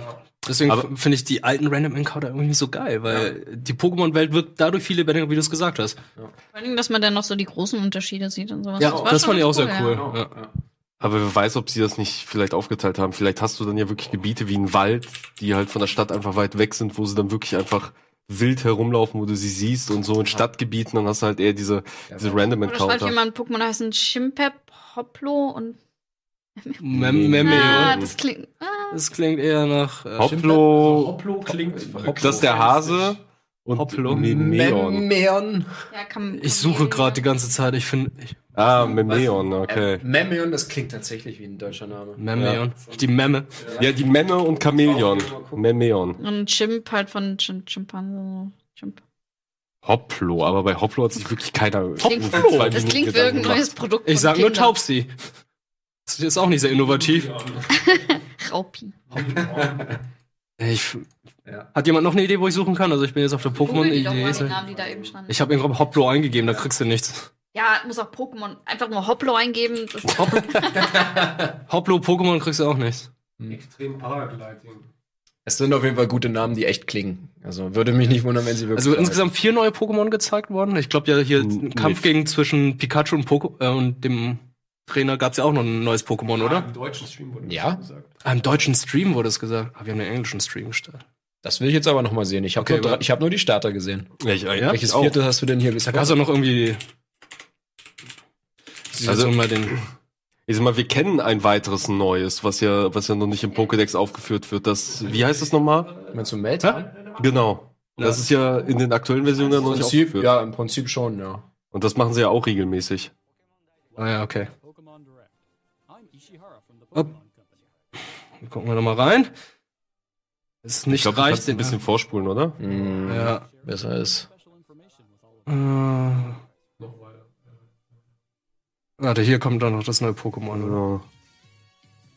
B: Deswegen f- finde ich die alten Random Encounter irgendwie so geil, weil die Pokémon-Welt wirkt dadurch viel lebendiger, wie du es gesagt hast.
E: Vor allem, dass man dann noch so die großen Unterschiede sieht und sowas.
B: Ja,
E: war
B: das
E: schon
B: fand ich auch
E: ganz
B: sehr cool.
E: ja.
B: Ja.
D: Aber wer weiß, ob sie das nicht vielleicht aufgeteilt haben. Vielleicht hast du dann ja wirklich Gebiete wie einen Wald, die halt von der Stadt einfach weit weg sind, wo sie dann wirklich einfach wild herumlaufen, wo du sie siehst und so in Stadtgebieten, dann hast du halt eher diese, diese random
E: Oder schreibt
D: Encounter.
E: jemand, Pokémon heißen Chimpep, Hoplo und.
B: Mem Meme,
E: ah,
B: oder?
E: das klingt. Ah,
B: Das klingt eher nach äh,
D: Hoplo,
F: Also Hoplo klingt.
D: das ist der Hase und
B: Hoplo.
D: Memeon.
C: Memeon.
E: ja, kann,
B: Ich suche gerade die ganze Zeit, ich finde
D: Ah, Memeon, okay.
C: Äh, Memeon, das klingt tatsächlich wie ein deutscher Name.
B: Memeon, die Memme.
D: Ja, die Memme und Chamäleon. Memeon.
E: Und Chimp halt von Chim Chimpanse. Chimp.
D: Hoplo, aber bei Hoplo hat sich wirklich keiner.
E: Klingt,
D: zwei
E: das
D: Minuten
E: klingt wie
D: Gedanken
E: irgendein
D: gemacht.
E: neues Produkt.
B: Ich
E: von
B: sag nur
E: Kindern.
B: Taubsi. Das ist auch nicht sehr innovativ.
E: Raupi.
B: Ich,
C: Ja.
B: Hat jemand noch eine Idee, wo ich suchen kann? Also ich bin jetzt auf der
E: Google die doch mal den
B: Pokémon-Idee.
E: Namen, die da eben standen.
B: Ich habe irgendwann Hoplo eingegeben, da kriegst du nichts.
E: ja, muss auch Pokémon. Einfach nur Hoplo eingeben. Das
B: Hoplo Pokémon kriegst du auch nichts.
F: Extrem Paragliding.
C: Es sind auf jeden Fall gute Namen, die echt klingen. Also würde mich nicht wundern, wenn sie wirklich.
B: Also insgesamt vier neue Pokémon gezeigt worden. Ich glaube ja hier ein Kampf gegen zwischen Pikachu und, Poko äh, und dem Trainer gab's ja auch noch ein neues Pokémon, oder?
F: Im deutschen Stream wurde
C: Ja.
F: das gesagt.
B: Ah, Im deutschen Stream wurde es gesagt. Ah, wir haben den englischen Stream gestartet.
C: Das will ich jetzt aber noch mal sehen. Ich habe
B: Okay,
C: nur, drei-
B: aber-
C: ich hab nur die Starter gesehen.
D: Ja, ich, ja,
C: Welches
D: ich auch.
C: vierte hast du denn hier
B: Da
C: gesagt?
B: gab's ja noch irgendwie. Sie
D: Also-
B: also mal den.
D: Ich sag mal, wir kennen ein weiteres neues, was ja, was ja noch nicht im Pokédex aufgeführt wird. Das, wie heißt das nochmal?
C: Meinst du Meltan?
D: Genau. Das ist ja in den aktuellen Versionen ja
C: Im
D: noch nicht
C: Prinzip,
D: aufgeführt.
C: ja, im Prinzip schon, ja.
D: Und das machen sie ja auch regelmäßig.
B: Ah ja, okay. Hopp. Gucken wir noch mal rein. Es ist
D: ich
B: nicht
D: glaube, du
B: reicht.
D: kannst ein bisschen vorspulen, oder?
C: Mhm.
B: ja.
C: Besser ist.
B: Äh, warte, hier kommt dann noch das neue Pokémon. oder?
D: Ja.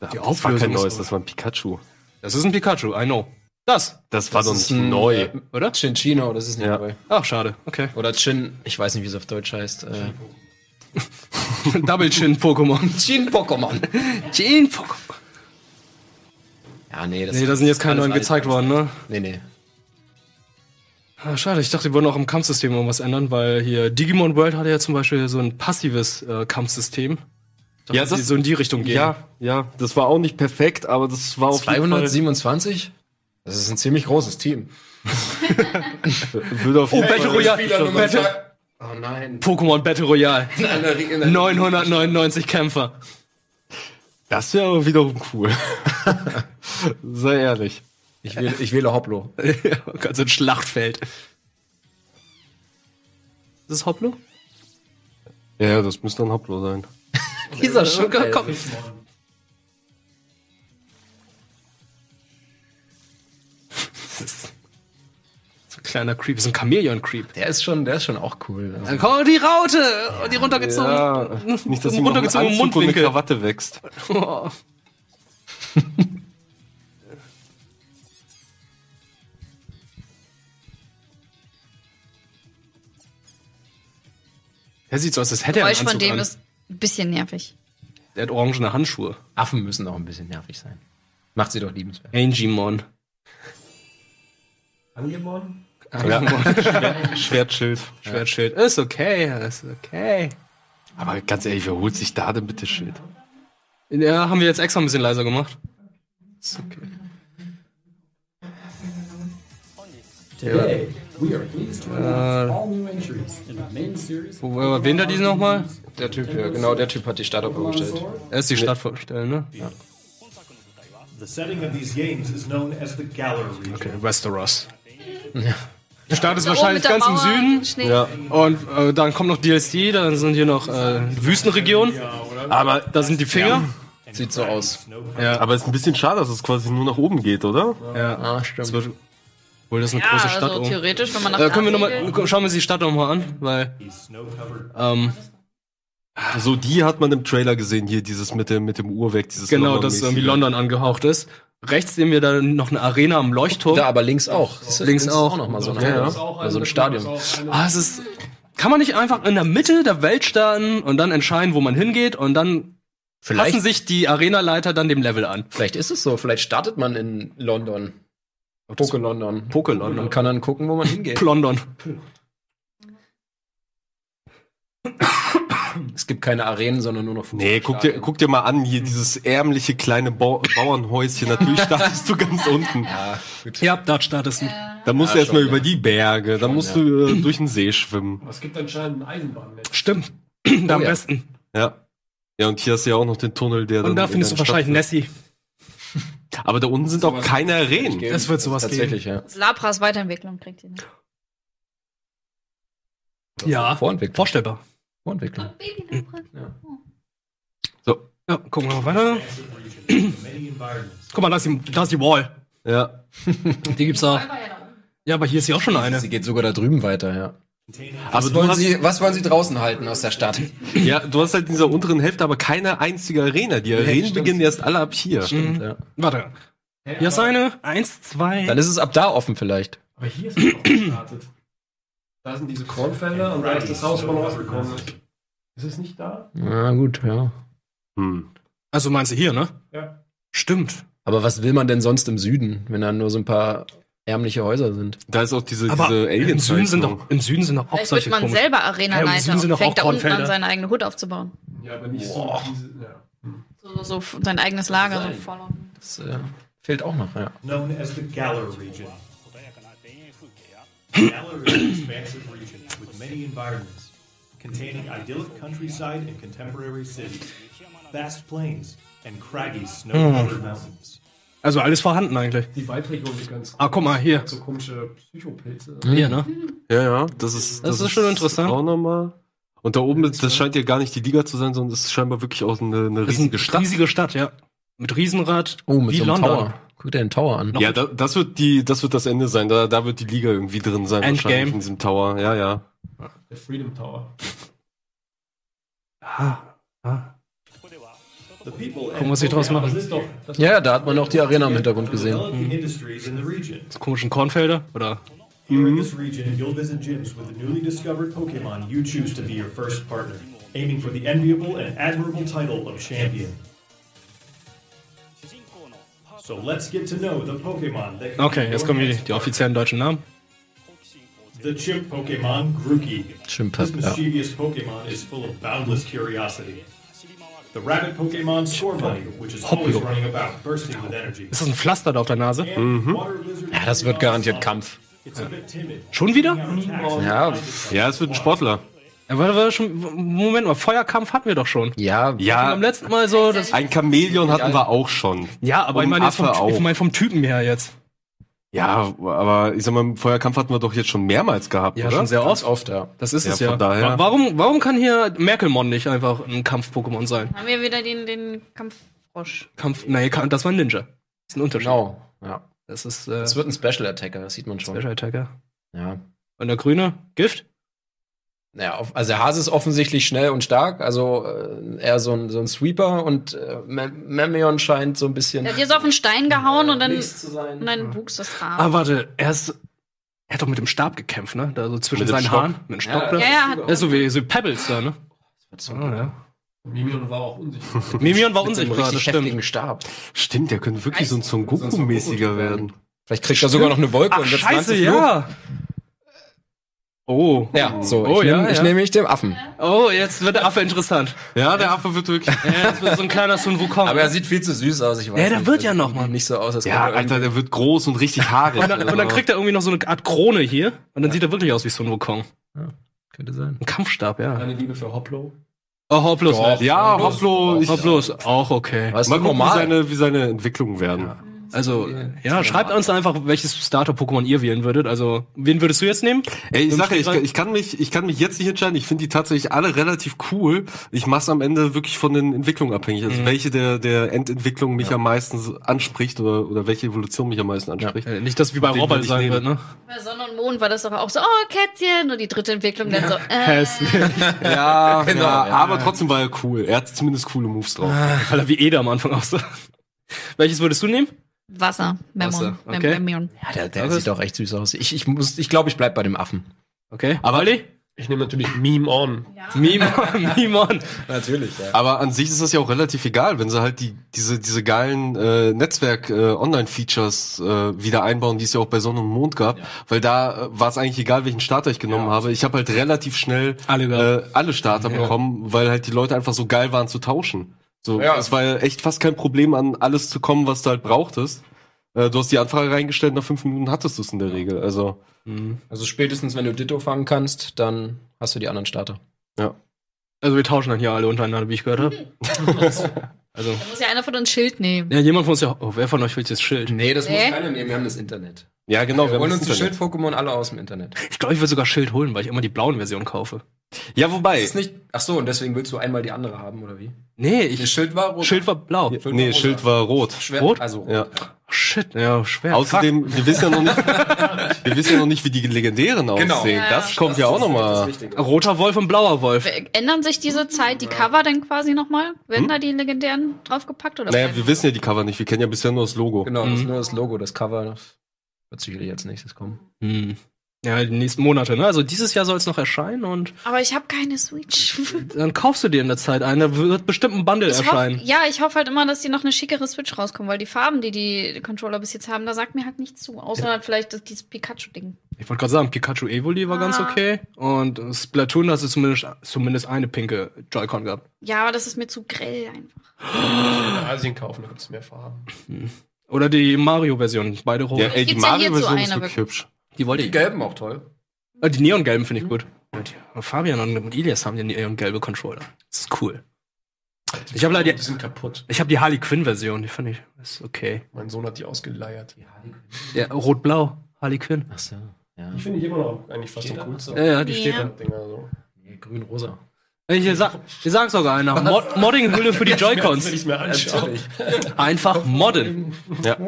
D: Da-
B: Die
D: das war
B: Auflösung
D: kein
B: ist
D: neues,
B: so.
D: das war ein Pikachu.
B: Das ist ein Pikachu, I know. Das,
D: Das war doch
C: ist
D: nicht
C: ein,
D: neu.
C: äh,
B: oder?
C: Chinchino, das ist nicht
D: Ja.
C: neu.
B: Ach, schade. Okay.
C: Oder Chin, ich weiß nicht, wie es auf Deutsch heißt. Äh,
B: Double Chin Pokémon.
C: Chin-Pokémon.
B: Chin Pokémon.
C: Ja, nee, das
B: Nee, da sind jetzt keine
C: alles
B: neuen
C: alt.
B: gezeigt worden, ne?
C: Nee, nee.
B: Ah, schade, ich dachte, die wollen auch im Kampfsystem irgendwas ändern, weil hier Digimon World hatte ja zum Beispiel so ein passives äh, Kampfsystem. Ich dachte,
D: Ja,
B: dass sie
D: das-
B: so in die Richtung gehen.
D: Ja, ja, das war auch nicht perfekt, aber das war auf jeden Fall,
C: 227? Das ist ein ziemlich großes Team.
D: würde auf jeden
B: Battle
D: Fall,
B: Royale. Battle-
C: Oh nein.
B: Pokémon Battle Royale.
C: Nein,
B: 999 Kämpfer.
D: das wäre aber wiederum cool. Sei ehrlich.
C: Ich wähle, ich wähle Hoplo.
B: Ganz Oh ein Schlachtfeld. Ist das Hoplo?
D: Ja, ja, das müsste dann Hoplo sein.
B: Äh,
C: Dieser Schunker
B: komm. So ein kleiner Creep, so ein Chamäleon-Creep.
C: Der ist schon, der ist schon auch cool. Also,
B: Oh, die Raute! Oh, die runtergezogen.
D: Ja, nicht, dass ihm noch
B: runtergezogen
D: ein Anzug und eine
B: Mundwinkel.
D: Krawatte wächst.
B: Oh. Er sieht so aus, als hätte er einen
E: Geräusch
B: Anzug
E: von dem
B: an.
E: ist ein bisschen nervig.
B: Der hat orangene Handschuhe.
C: Affen müssen auch ein bisschen nervig sein. Macht sie doch liebenswert.
B: Angemon.
F: Angemon?
D: Schwertschild.
B: Schwertschild. Ist okay, ist okay.
D: Aber ganz ehrlich, wer holt sich da denn bitte Schild?
B: Ja, haben wir jetzt extra ein bisschen leiser gemacht. Ist okay.
K: Today, we are pleased to announce all new entries in the main series.
B: Äh, Wo wo erwähnt er diesen nochmal?
C: Der Typ, ja, genau, der Typ hat die Stadt vorgestellt.
B: Er ist die Stadt vorstellen, ne?
K: The setting of these games is known as the Galar region.
B: Okay, Westeros. Die Stadt ist
E: Da oben mit
B: wahrscheinlich
E: der
B: ganz
E: Mauer,
B: im Süden.
E: Schnee.
B: Und äh, dann kommt noch DLC, dann sind hier noch äh, Wüstenregionen. Aber da sind die Finger.
C: Sieht so aus.
B: Ja.
D: Aber es ist ein bisschen schade, dass es quasi nur nach oben geht, oder?
B: ja.
C: Ah, stimmt.
B: Das wird Obwohl das ist eine
E: Ja,
B: große Stadt.
E: also
B: oben.
E: theoretisch, wenn man nach
B: äh, können wir noch
E: Asien
B: mal,
E: geht.
B: Schauen wir uns die Stadt nochmal an, weil. Ähm,
D: So, die hat man im Trailer gesehen, hier dieses mit dem, mit dem Uhrwerk, dieses
B: genau, dass irgendwie London angehaucht ist. Rechts sehen wir dann noch eine Arena am Leuchtturm. Da,
C: aber links auch.
B: Links,
C: Links
B: auch.
C: auch noch mal so eine-
B: ja,
C: so ein
B: ja.
C: Stadion.
B: Ah, es ist, kann man nicht einfach in der Mitte der Welt starten und dann entscheiden, wo man hingeht und dann
C: Vielleicht-
B: passen sich die Arenaleiter dann dem Level an.
C: Vielleicht ist es so, vielleicht startet man in London. Poke London.
B: Poke London.
C: Und kann dann gucken, wo man hingeht.
B: London.
C: Es gibt keine Arenen, sondern nur noch
D: Nee, guck dir, guck dir mal an,
B: Hm.
D: hier dieses ärmliche kleine Bau Bauernhäuschen. Natürlich startest du ganz unten.
C: Ja,
B: Ja, da startest du.
E: Äh,
D: Dann musst du
B: Ja,
D: erstmal
B: schon,
D: über
B: ja.
D: die Berge, dann musst
B: ja.
D: du äh, durch den See schwimmen.
F: Es gibt anscheinend ein Eisenbahnnetz.
B: Stimmt. da am besten.
D: Ja. Ja, und hier hast du ja auch noch den Tunnel, der
B: Und da findest du wahrscheinlich Nessie.
D: Nessie. Aber da unten sind auch keine Arenen.
B: Das wird sowas Tatsächlich,
C: geben.
E: Das Labras Weiterentwicklung kriegt ihn.
B: Ja,
C: Vorentwicklung.
B: vorstellbar.
C: Vorentwicklung.
E: Hm. Oh.
D: So.
B: Ja, gucken wir mal weiter. Guck mal, da ist die, da ist die Wall.
D: Ja.
B: Die gibt's da. Ja, aber hier ist ja auch schon eine.
C: Sie geht sogar da drüben weiter, ja.
D: Aber
C: was,
D: du
C: wollen
D: hast-
C: Sie, was wollen Sie draußen halten aus der Stadt?
D: Ja, du hast halt in dieser unteren Hälfte aber keine einzige Arena. Die Arenen
C: stimmt.
D: beginnen erst alle ab hier.
C: Stimmt, ja.
B: Warte. Hier ist eine. Eins, zwei.
C: Dann ist es ab da offen vielleicht.
F: Aber hier ist es auch gestartet. Da sind diese Kornfelder und da ist das Haus, wo man rausgekommen ist. Ist es nicht da?
C: Na gut, ja.
B: Also meinst du hier, ne?
F: Ja.
B: Stimmt.
C: Aber was will man denn sonst im Süden, wenn da nur so ein paar ärmliche Häuser sind?
D: Da ist auch Also diese,
B: Aber im Süden sind doch, im Süden sind doch auch
E: Vielleicht wird
B: solche
E: man
B: komische-
E: selber
B: Ja, im
E: Arenaleiter
B: Süden
E: und
B: sind doch auch
E: fängt da unten an,
B: Kornfelder.
E: seine eigene Hut aufzubauen.
F: Ja, aber nicht so. Diese, ja.
E: So, so, so f- sein eigenes Lager, so
F: Sein.
E: voll.
C: Das äh, fehlt auch noch, ja.
K: known as the Galar region. Galar is an expansive region with many environments, containing idyllic countryside and contemporary cities, vast plains, and craggy
J: Hmm.
K: snow-covered mountains.
B: Also alles vorhanden eigentlich.
F: Die Waldregion ist ganz
B: Ah, guck mal, hier.
F: So komische Psychopilze.
B: Hier, ne?
E: Hm.
D: Ja, ja, das ist,
B: Das ist schon interessant.
D: Auch nochmal. Und da oben, ist, das scheint ja gar nicht die Liga zu sein, sondern es ist scheinbar wirklich auch eine, eine
B: Das ist eine
D: riesige Stadt.
B: riesige Stadt, ja. Mit Riesenrad.
C: Oh, mit
B: wie
C: so einem
B: London.
C: Tower. Guck dir den Tower an.
D: Ja, da, das wird die, das wird das Ende sein. Da, da wird die Liga irgendwie drin sein,
B: Endgame.
D: wahrscheinlich in diesem Tower. Ja, ja.
F: Der Freedom Tower.
B: Ah, ah.
K: The people
B: Gucken, was sie draus machen.
F: Das ist doch. Das
C: Ja, ja, da hat man auch die Arena im Hintergrund gesehen.
J: Mm-hmm.
K: developing industries in the region.
B: Diese komischen Kornfelder, oder?
K: Here in this region, you'll visit gyms with the newly discovered Pokemon you choose to be your first partner, aiming for the enviable and admirable title of champion. So let's get to know the Pokemon that
B: Okay, jetzt kommen die, die offiziellen deutschen Namen.
K: The chimp Pokemon Grookey.
C: Chimp,
K: This
C: ja.
K: mischievous Pokemon is full of boundless curiosity. The rabbit Pokemon Scorbunny, which is always
B: Hopplo.
K: running about, bursting with energy.
B: Ist das ein Pflaster da auf der Nase?
C: Ja, das wird garantiert Kampf.
K: It's a bit timid.
B: Schon wieder?
C: Ja,
D: Ja, es wird ein Sportler.
B: Ja, warte, warte, schon, Moment mal, Feuerkampf hatten wir doch schon.
C: ja.
B: Ja. Am
D: Ja,
B: letzten Mal so, das,
D: ein Chamäleon hatten wir auch schon.
B: ja, aber ich
D: Und
B: meine jetzt vom,
D: Affe
B: ich
D: auch.
B: meine vom Typen her jetzt.
D: Ja, aber ich sag mal, Feuerkampf hatten wir doch jetzt schon mehrmals gehabt, oder?
B: sehr
C: Ganz oft, ja.
B: Das ist
D: Ja,
B: es ja.
D: von daher-
B: Wa- Warum, warum kann hier Merkelmon nicht einfach ein Kampf-Pokémon sein?
E: Haben wir wieder den, den Kampffrosch.
B: Kampf, nee, Ka- das war ein Ninja. Das ist ein Unterschied.
C: Genau. Ja.
B: Das ist, äh,
C: Es wird ein Special Attacker, das sieht man schon.
B: Special Attacker.
C: Ja.
B: Und der Grüne? Gift?
C: Naja, auf, also der Hase ist offensichtlich schnell und stark, also äh, eher so ein, so ein Sweeper und äh, Mem- Memeon scheint so ein bisschen
E: Der hat dir so auf den Stein gehauen und dann,
C: links zu
E: und
C: sein.
E: dann wuchs das
B: Ah,
E: Haar.
B: warte, er ist, er hat doch mit dem Stab gekämpft, ne? Da so zwischen
D: Mit dem
B: seinen
D: Stock.
B: Haaren. Mit dem Stock,
C: Ja,
B: ne?
E: ja, ja, hat,
B: Das ist so wie, so wie Pebbles da, ne? Ah, ja.
F: Mimion war auch unsichtbar.
B: Mimion war
C: mit so einem
B: unsichtbar, das
C: richtig heftigen
B: stimmt.
C: Stab.
D: Stimmt, der könnte wirklich so ein Son Goku-mäßiger werden.
C: Vielleicht kriegt er sogar noch eine Wolke
B: Ach,
C: wird's
B: scheiße,
C: ein ganzes
B: ja! Oh.
C: Lob. Ja, so,
B: Oh,
C: ich
B: ja,
C: nehme
B: ja.
C: nehm mich dem Affen.
B: Oh, jetzt wird der Affe interessant.
D: Ja, der Affe wird wirklich.
B: Ja, jetzt wird so ein kleiner Sun Wukong.
C: Aber er sieht viel zu süß aus, ich weiß
B: Ja, der
C: nicht.
B: wird
C: Das
B: ja
C: sieht
B: noch, Mann.
C: Nicht so aus, als
D: Ja,
C: könnte er irgendwie-
D: Alter, der wird groß und richtig haarig.
B: und, dann, und dann kriegt er irgendwie noch so eine Art Krone hier. Und dann sieht er wirklich aus wie Sun Wukong.
C: Könnte sein.
B: Ein Kampfstab, ja.
F: Meine Liebe für Hoplo.
B: Oh, Hoplos.
C: Doch.
B: ne?
D: ja, hopplo. ich-
B: Hoplos, auch okay.
C: Aber ist
D: Mal
C: doch
D: gucken, wie
C: normal.
D: seine, wie seine Entwicklungen werden.
B: Also, ja, schreibt uns einfach, welches Starter-Pokémon ihr wählen würdet. Also, wen würdest du jetzt nehmen?
D: Ey, ich
B: Im
D: sage, ich,
B: Stegreif?
D: kann- ich kann mich, ich kann mich jetzt nicht entscheiden. Ich finde die tatsächlich alle relativ cool. Ich mache es am Ende wirklich von den Entwicklungen abhängig. Also
B: Mhm.
D: welche der der Endentwicklung mich am meisten so anspricht oder oder welche Evolution mich am meisten anspricht.
B: Äh, Nicht, dass wie bei Robert sein wird, ne?
E: Bei Sonne und Mond war das doch auch so, oh, Kätzchen. Und die dritte Entwicklung dann so, äh.
B: Hässlich.
D: ja,
B: Genau.
D: ja,
B: Ja.
D: aber trotzdem war er cool. Er hat zumindest coole Moves
B: Ah,
D: drauf.
B: Weil er wie Eder am Anfang aussah. Welches würdest du nehmen?
E: Wasser, Memon,
C: Wasser,
E: Mem
C: okay.
E: Memion.
C: Ja, der, der sieht auch echt süß aus. Ich ich, muss- ich, glaube, ich bleib bei dem Affen.
B: Okay.
C: Aber
F: Ich nehme natürlich Meme On.
B: Meme on, meme on.
C: Natürlich, ja.
D: Aber an sich ist das ja auch relativ egal, wenn sie halt die, diese, diese geilen äh, Netzwerk-Online-Features äh, wieder einbauen, die es ja auch bei Sonne und Mond gab, weil da äh, war es eigentlich egal, welchen Starter ich genommen habe. Ich habe halt relativ schnell alle,
C: Genau.
D: äh, alle Starter bekommen, weil halt die Leute einfach so geil waren zu tauschen. So,
C: Ja.
D: Es war ja echt fast kein Problem, an alles zu kommen, was du halt brauchtest. Äh, du hast die Anfrage reingestellt, nach fünf Minuten hattest du es in der Regel. Also,
B: Äh,
C: Also spätestens, wenn du Ditto fangen kannst, dann hast du die anderen Starter.
D: ja.
B: Also wir tauschen dann hier alle untereinander, wie ich gehört habe. also.
E: Da muss ja einer von uns Schild nehmen.
B: Ja, jemand von uns ja. Oh, wer von euch will jetzt Schild?
C: Nee, das
E: Nee.
C: muss keiner nehmen, wir haben das Internet.
D: Ja, genau.
C: Wir, holen
D: haben
C: uns
D: das
C: die
D: Internet.
C: Schild-Pokémon alle aus dem Internet.
B: Ich glaube, ich will sogar Schild holen, weil ich immer die blauen Version kaufe.
D: Ja, wobei.
C: Ist nicht, ach so, und deswegen willst du einmal die andere haben, oder wie?
B: Nee, ich.
C: Nee, Schild war rot.
B: Schild war blau.
C: Schild war
D: Nee,
C: rosa.
D: Schild war rot.
C: Schwer,
B: Rot?
C: Also rot.
D: Ja.
B: Shit, ja, schwer.
D: Außerdem, wir wissen ja noch nicht, wir wissen ja noch nicht, wie die legendären aussehen.
C: Genau.
E: Ja,
D: das
E: ja.
D: kommt ja auch nochmal.
C: Richtig.
B: Fuck. Roter Wolf und blauer
E: Äh.
B: Wolf.
E: Ändern sich diese Zeit, die Cover dann quasi nochmal? Werden da die legendären draufgepackt? Oder
D: Naja,
E: bleiben-
D: wir wissen ja die Cover nicht. Wir kennen ja bisher nur das Logo.
C: Genau, das ist
B: Mhm.
C: nur das Logo, das Cover. Wird sicherlich als nächstes kommen.
B: Hm. Ja, die nächsten Monate, ne? Also dieses Jahr soll es noch erscheinen und
E: Aber ich habe keine Switch.
B: dann kaufst du dir in der Zeit einen. Da wird bestimmt ein Bundle
E: Ich hoff,
B: erscheinen.
E: ja, ich hoffe halt immer, dass die noch eine schickere Switch rauskommen, weil die Farben, die die Controller bis jetzt haben, da sagt mir halt nichts zu. Außer halt vielleicht das, dieses Pikachu-Ding.
B: Ich wollte gerade sagen, Pikachu Evoli war ganz
E: Ah.
B: okay. Und äh, Splatoon da hast du zumindest, zumindest eine pinke Joy-Con gehabt.
E: Ja, aber das ist mir zu grell einfach.
F: In Asien kaufen, da gibt es mehr Farben.
B: Oder die Mario-Version, beide rot.
D: Ja, ey, die
E: Gibt's denn hierzu
D: Mario-Version
E: eine
D: ist wirklich hübsch.
B: Die wollte
C: Die
B: ich.
C: gelben auch toll.
B: Äh, die Neongelben finde ich gut. Ja, die- äh, Fabian und Ilias haben die neongelbe Controller. Das ist cool. Ich habe leider
F: Die sind kaputt.
B: ich habe die Harley Quinn Version, die fand ich ist okay.
F: Mein Sohn hat die ausgeleiert.
B: Ja, rot-blau, Harley Quinn.
C: Ach so. Ja.
F: Die finde ich immer noch eigentlich fast am coolsten.
B: Ja, ja, die
E: Ja.
B: steht da.
F: Dinger so.
C: Nee, Grün-rosa.
B: Ich hier sag, ich sag sogar einer. Mod Modding-Hülle für die
F: Wenn ich
B: Joy-Cons.
F: mir anschaue.
B: Einfach modden.
D: Ja.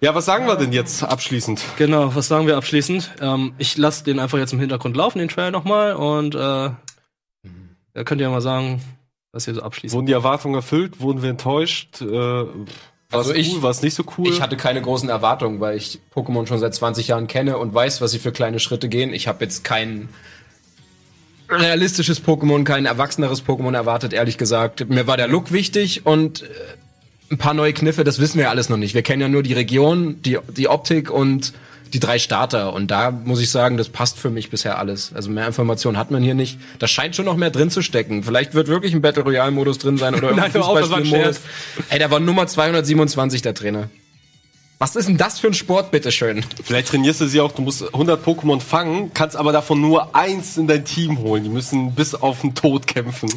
D: ja, was sagen wir denn jetzt abschließend?
B: Genau, was sagen wir abschließend? Ähm, ich lasse den einfach jetzt im Hintergrund laufen, den Trailer nochmal. Und äh, da könnt ihr ja mal sagen, was ihr so abschließt.
D: Wurden die Erwartungen erfüllt? Wurden wir enttäuscht? Äh, war
C: Also
D: es
C: ich-
D: cool? War es nicht so cool?
C: Ich hatte keine großen Erwartungen, weil ich Pokémon schon seit 20 Jahren kenne und weiß, was sie für kleine Schritte gehen. Ich habe jetzt kein realistisches Pokémon, kein erwachseneres Pokémon erwartet, ehrlich gesagt. Mir war der Look wichtig und äh, ein paar neue Kniffe, das wissen wir ja alles noch nicht. Wir kennen ja nur die Region, die, die Optik und die drei Starter. Und da muss ich sagen, das passt für mich bisher alles. Also mehr Informationen hat man hier nicht. Da scheint schon noch mehr drin zu stecken. Vielleicht wird wirklich ein Battle Royale-Modus drin sein oder irgendein
B: hör auf, das war ein
C: Fußballspielmodus. Ey, da war Nummer 227 der Trainer. Was ist denn das für ein Sport, bitteschön?
D: Vielleicht trainierst du sie auch, du musst 100 Pokémon fangen, kannst aber davon nur eins in dein Team holen. Die müssen bis auf den Tod kämpfen.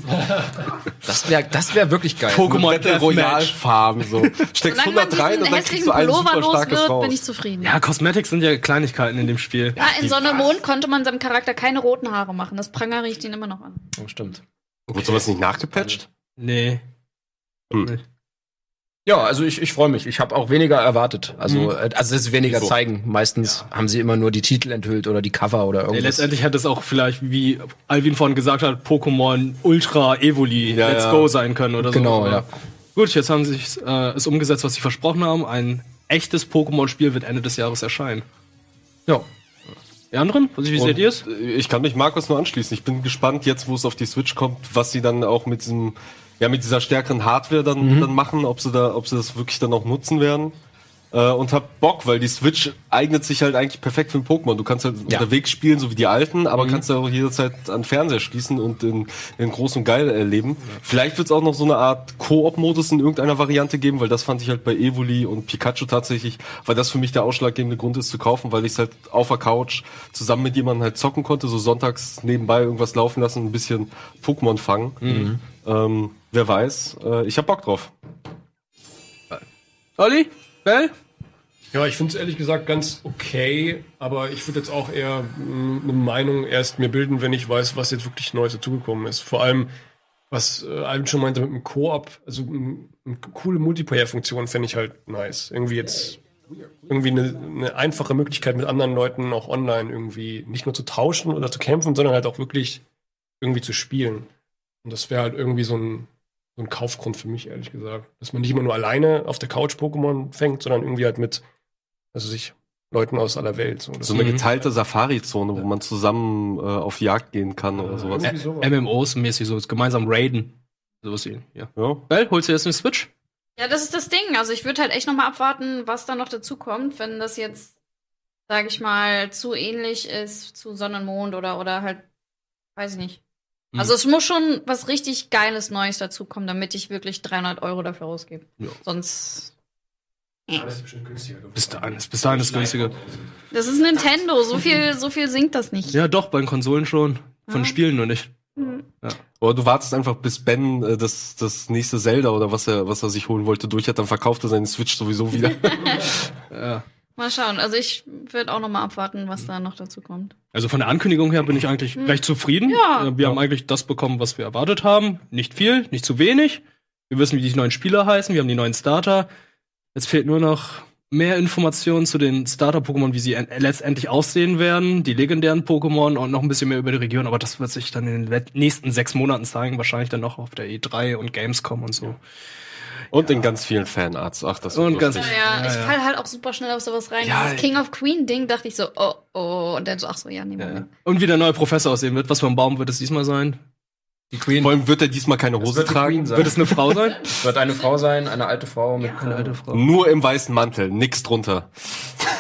C: Das wäre das wär wirklich geil.
B: Pokémon
D: Battle Royale
B: Deathmatch.
D: Farben so. Steckst
E: Solange man
D: 100 rein
E: diesen
D: und dann kriegst
E: hässlichen
D: du ein
E: Pullover
D: super
E: los
D: starkes
E: wird,
D: raus.
E: bin ich zufrieden.
B: Ja, Cosmetics sind ja Kleinigkeiten in dem Spiel.
E: ah, in Sonne und Mond konnte man seinem Charakter keine roten Haare machen. Das prangere ich den immer noch an.
C: Oh, stimmt.
D: Wurde sowas nicht nachgepatcht?
B: Nee.
D: Hm.
C: Ja, also ich, ich freue mich. Ich habe auch weniger erwartet. Also,
B: Mhm.
C: äh, also es ist weniger
D: So.
C: zeigen. Meistens haben sie immer nur die Titel enthüllt oder die Cover oder
B: Nee,
C: irgendwas.
B: letztendlich hat es auch vielleicht, wie Alvin vorhin gesagt hat, Pokémon Ultra Evoli
D: Ja,
B: Let's
D: ja.
B: Go sein können oder so.
C: Genau,
B: Aber
C: ja.
B: Gut, jetzt haben sie es, äh, es umgesetzt, was sie versprochen haben. Ein echtes Pokémon-Spiel wird Ende des Jahres erscheinen.
C: ja.
B: Die anderen? Wie wie seht ihr es?
D: Und, äh, Ich kann mich Markus nur anschließen. Ich bin gespannt, jetzt wo es auf die Switch kommt, was sie dann auch mit diesem, ja, mit dieser stärkeren Hardware dann, dann machen, ob sie da, ob sie das wirklich dann auch nutzen werden. Äh, und hab Bock, weil die Switch eignet sich halt eigentlich perfekt für ein Pokémon. Du kannst halt
C: Ja.
D: unterwegs spielen, so wie die alten, aber kannst da auch jederzeit an den Fernseher schließen und in, in groß und geil erleben. Vielleicht wird es auch noch so eine Art Koop-Modus in irgendeiner Variante geben, weil das fand ich halt bei Evoli und Pikachu tatsächlich, weil das für mich der ausschlaggebende Grund ist zu kaufen, weil ich es halt auf der Couch zusammen mit jemandem halt zocken konnte, so sonntags nebenbei irgendwas laufen lassen und ein bisschen Pokémon fangen. Ähm, wer weiß, äh, ich hab Bock drauf.
B: Olli? Bell?
F: Ja, ich finde es ehrlich gesagt ganz okay, aber ich würde jetzt auch eher mh, eine Meinung erst mir bilden, wenn ich weiß, was jetzt wirklich Neues dazugekommen ist. Vor allem, was äh, Alvin schon meinte mit dem Koop, also mh, eine coole Multiplayer-Funktion fände ich halt nice. Irgendwie jetzt irgendwie eine, eine einfache Möglichkeit mit anderen Leuten auch online irgendwie nicht nur zu tauschen oder zu kämpfen, sondern halt auch wirklich irgendwie zu spielen. Und das wäre halt irgendwie so ein, so ein Kaufgrund für mich, ehrlich gesagt. Dass man nicht immer nur alleine auf der Couch Pokémon fängt, sondern irgendwie halt mit, also sich Leuten aus aller Welt. So,
D: So
B: Mhm.
D: eine geteilte Safari-Zone, wo man zusammen äh, auf Jagd gehen kann oder sowas.
B: Ä- MMOs mäßig so, gemeinsam raiden. Sowas wie, ja.
D: ne?
B: Bell, holst du jetzt eine Switch?
E: Ja, das ist das Ding. Also ich würde halt echt nochmal abwarten, was da noch dazu kommt, wenn das jetzt, sage ich mal, zu ähnlich ist zu Sonne und Mond oder, oder halt, weiß ich nicht.
B: Hm.
E: Also es muss schon was richtig Geiles Neues dazukommen, damit ich wirklich 300 Euro dafür ausgebe.
B: Ja.
E: Sonst,
F: Alles bestimmt günstiger.
B: Bis dahin, ist- bis dahin ist günstiger.
E: das ist Nintendo. So viel, so viel sinkt das nicht.
B: Ja, doch, bei den Konsolen schon. Von
E: Ah.
B: Spielen nur nicht.
E: Hm.
D: Oder du wartest einfach, bis Ben äh, das, das nächste Zelda oder was er, was er sich holen wollte, durch hat, dann verkauft er seine Switch sowieso wieder.
B: Ja.
E: Mal schauen. Also ich würde auch nochmal abwarten, was da noch dazu kommt.
B: Also von der Ankündigung her bin ich eigentlich
E: Hm.
B: recht zufrieden.
E: Ja.
B: Äh, Wir haben eigentlich das bekommen, was wir erwartet haben. Nicht viel, nicht zu wenig. Wir wissen, wie die neuen Spieler heißen. Wir haben die neuen Starter. Jetzt fehlt nur noch mehr Informationen zu den Starter-Pokémon, wie sie en- letztendlich aussehen werden, die legendären Pokémon und noch ein bisschen mehr über die Region. Aber das wird sich dann in den let- nächsten sechs Monaten zeigen. Wahrscheinlich dann noch auf der E3 und Gamescom und so.
D: Und in ganz vielen Fanarts. Ach, das wird
B: Und ganz-
D: lustig.
E: Ja,
B: Ja,
E: ich
B: ja.
E: fall halt auch super schnell auf sowas rein.
B: Ja,
E: Dieses King of Queen Ding dachte ich so, oh, oh, und dann so, ach so, ja, nee, Moment.
B: Und wie der neue Professor aussehen wird. Was für ein Baum wird es diesmal sein?
C: Die Queen.
D: Vor allem wird er diesmal keine Hose
C: wird die
D: tragen.
C: Queen sein.
B: Wird es eine Frau sein?
C: Wird eine Frau sein, eine alte Frau mit
B: Eine alte Frau.
D: Nur im weißen Mantel, nix drunter.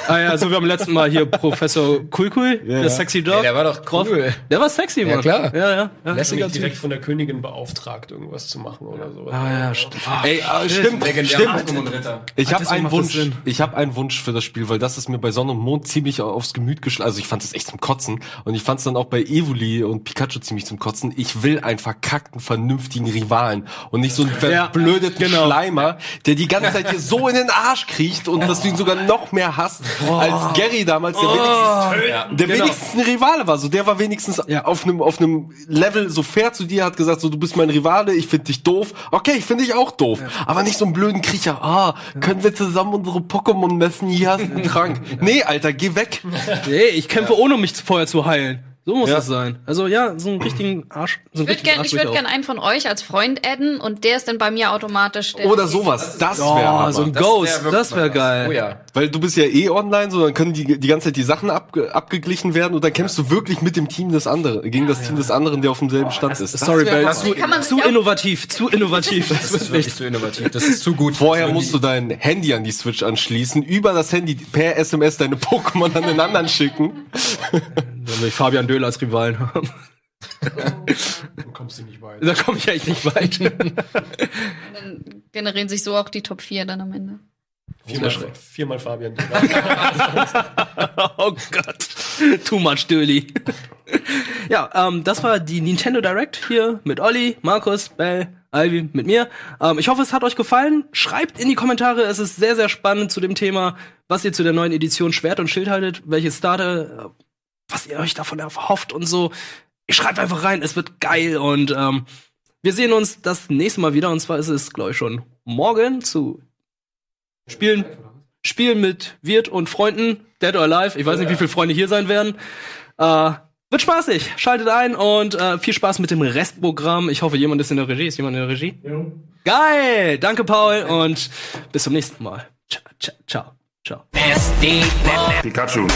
B: Ah ja, so wie am letzten Mal hier Professor Kulkul, der
D: ja.
B: sexy Dog.
C: der war doch
B: Groff.
C: cool.
B: Der war sexy,
C: Ja,
B: Mann.
C: klar.
B: Ja, ja. ja.
F: Ist
C: Lässiger
F: nicht direkt
C: Typ.
F: von der Königin beauftragt, irgendwas zu machen oder so.
B: Ah ja, stimmt. Ah,
D: Ey, ah, stimmt, stimmt.
C: Pokémon-Ritter.
D: Ich
B: Ah, deswegen
D: habe einen
B: macht das
D: Wunsch.
B: Sinn.
D: Ich habe einen Wunsch für das Spiel, weil das ist mir bei Sonne und Mond ziemlich aufs Gemüt geschlagen. Also ich fand es echt zum Kotzen und ich fand es dann auch bei Evoli und Pikachu ziemlich zum Kotzen. Ich will einen verkackten vernünftigen Rivalen und nicht so einen
B: Ja,
D: verblödeten
B: genau.
D: Schleimer, der die ganze Zeit hier so in den Arsch kriecht und deswegen sogar noch mehr hasst als Gary damals, der wenigstens der
B: Oh. Genau.
D: wenigstens ein Rivale war, so der war wenigstens auf einem auf einem Level so fair zu dir, hat gesagt, so du bist mein Rivale, ich finde dich doof. Okay, ich finde dich auch doof, aber nicht so einen blöden Kriecher. Ah, können wir zusammen unsere Pokémon messen? Hier hast du einen Trank. Nee, Alter, geh weg.
B: Ey, ich kämpfe ohne mich vorher zu heilen. So muss
D: Ja.
B: das sein. Also ja, so einen richtigen Arsch.
E: Ich
B: So einen
E: würde
B: richtigen
E: gerne
B: Arsch
E: würd
B: auch.
E: gern einen von euch als Freund adden und der ist dann bei mir automatisch. Der
D: Oder sowas. Das wäre
B: Oh, so
C: Das wär
B: ein
D: Hammer.
B: Ghost,
C: wirklich
B: das wäre
C: mal was.
B: geil.
C: Oh ja.
D: weil du bist ja eh online, so dann können die die ganze Zeit die Sachen abge abgeglichen werden und dann kämpfst du wirklich mit dem Team des anderen gegen das Team des anderen, der auf demselben Stand ist. Das
B: Sorry,
D: wär-
B: Bell,
E: Dann
B: zu,
E: kann man sich
B: zu
E: auch-
B: innovativ, zu innovativ.
C: Das ist
B: Das wird
C: wirklich
B: nichts.
C: zu innovativ. Das ist zu gut.
D: Vorher musst du dein Handy an die Switch anschließen, über das Handy per SMS deine Pokémon an den anderen schicken.
B: Dann will ich Fabian Döhl als Rivalen haben.
F: Du kommst du nicht weit.
B: Da komme ich echt nicht weit.
E: Dann generieren sich so auch die Top 4 dann am Ende.
F: Viermal, viermal Fabian.
B: oh Gott. Too much Döli. ja, ähm, das war die Nintendo Direct hier mit Olli, Markus, Bell, Alvin, mit mir. Ähm, ich hoffe, es hat euch gefallen. Schreibt in die Kommentare, es ist sehr, sehr spannend zu dem Thema, was ihr zu der neuen Edition Schwert und Schild haltet, welche Starter, äh, was ihr euch davon erhofft und so. Schreibt einfach rein, es wird geil und ähm, wir sehen uns das nächste Mal wieder und zwar ist es, glaube ich, schon morgen zu Spielen spielen mit Wirt und Freunden, Dead or Alive. Ich weiß nicht, wie viele Freunde hier sein werden. Äh, wird spaßig. Schaltet ein und äh, viel Spaß mit dem Restprogramm. Ich hoffe, jemand ist in der Regie. Ist jemand in der Regie?
G: Jo.
B: Geil! Danke, Paul, und bis zum nächsten Mal. Ciao, ciao, ciao. ciao.
L: Pikachu.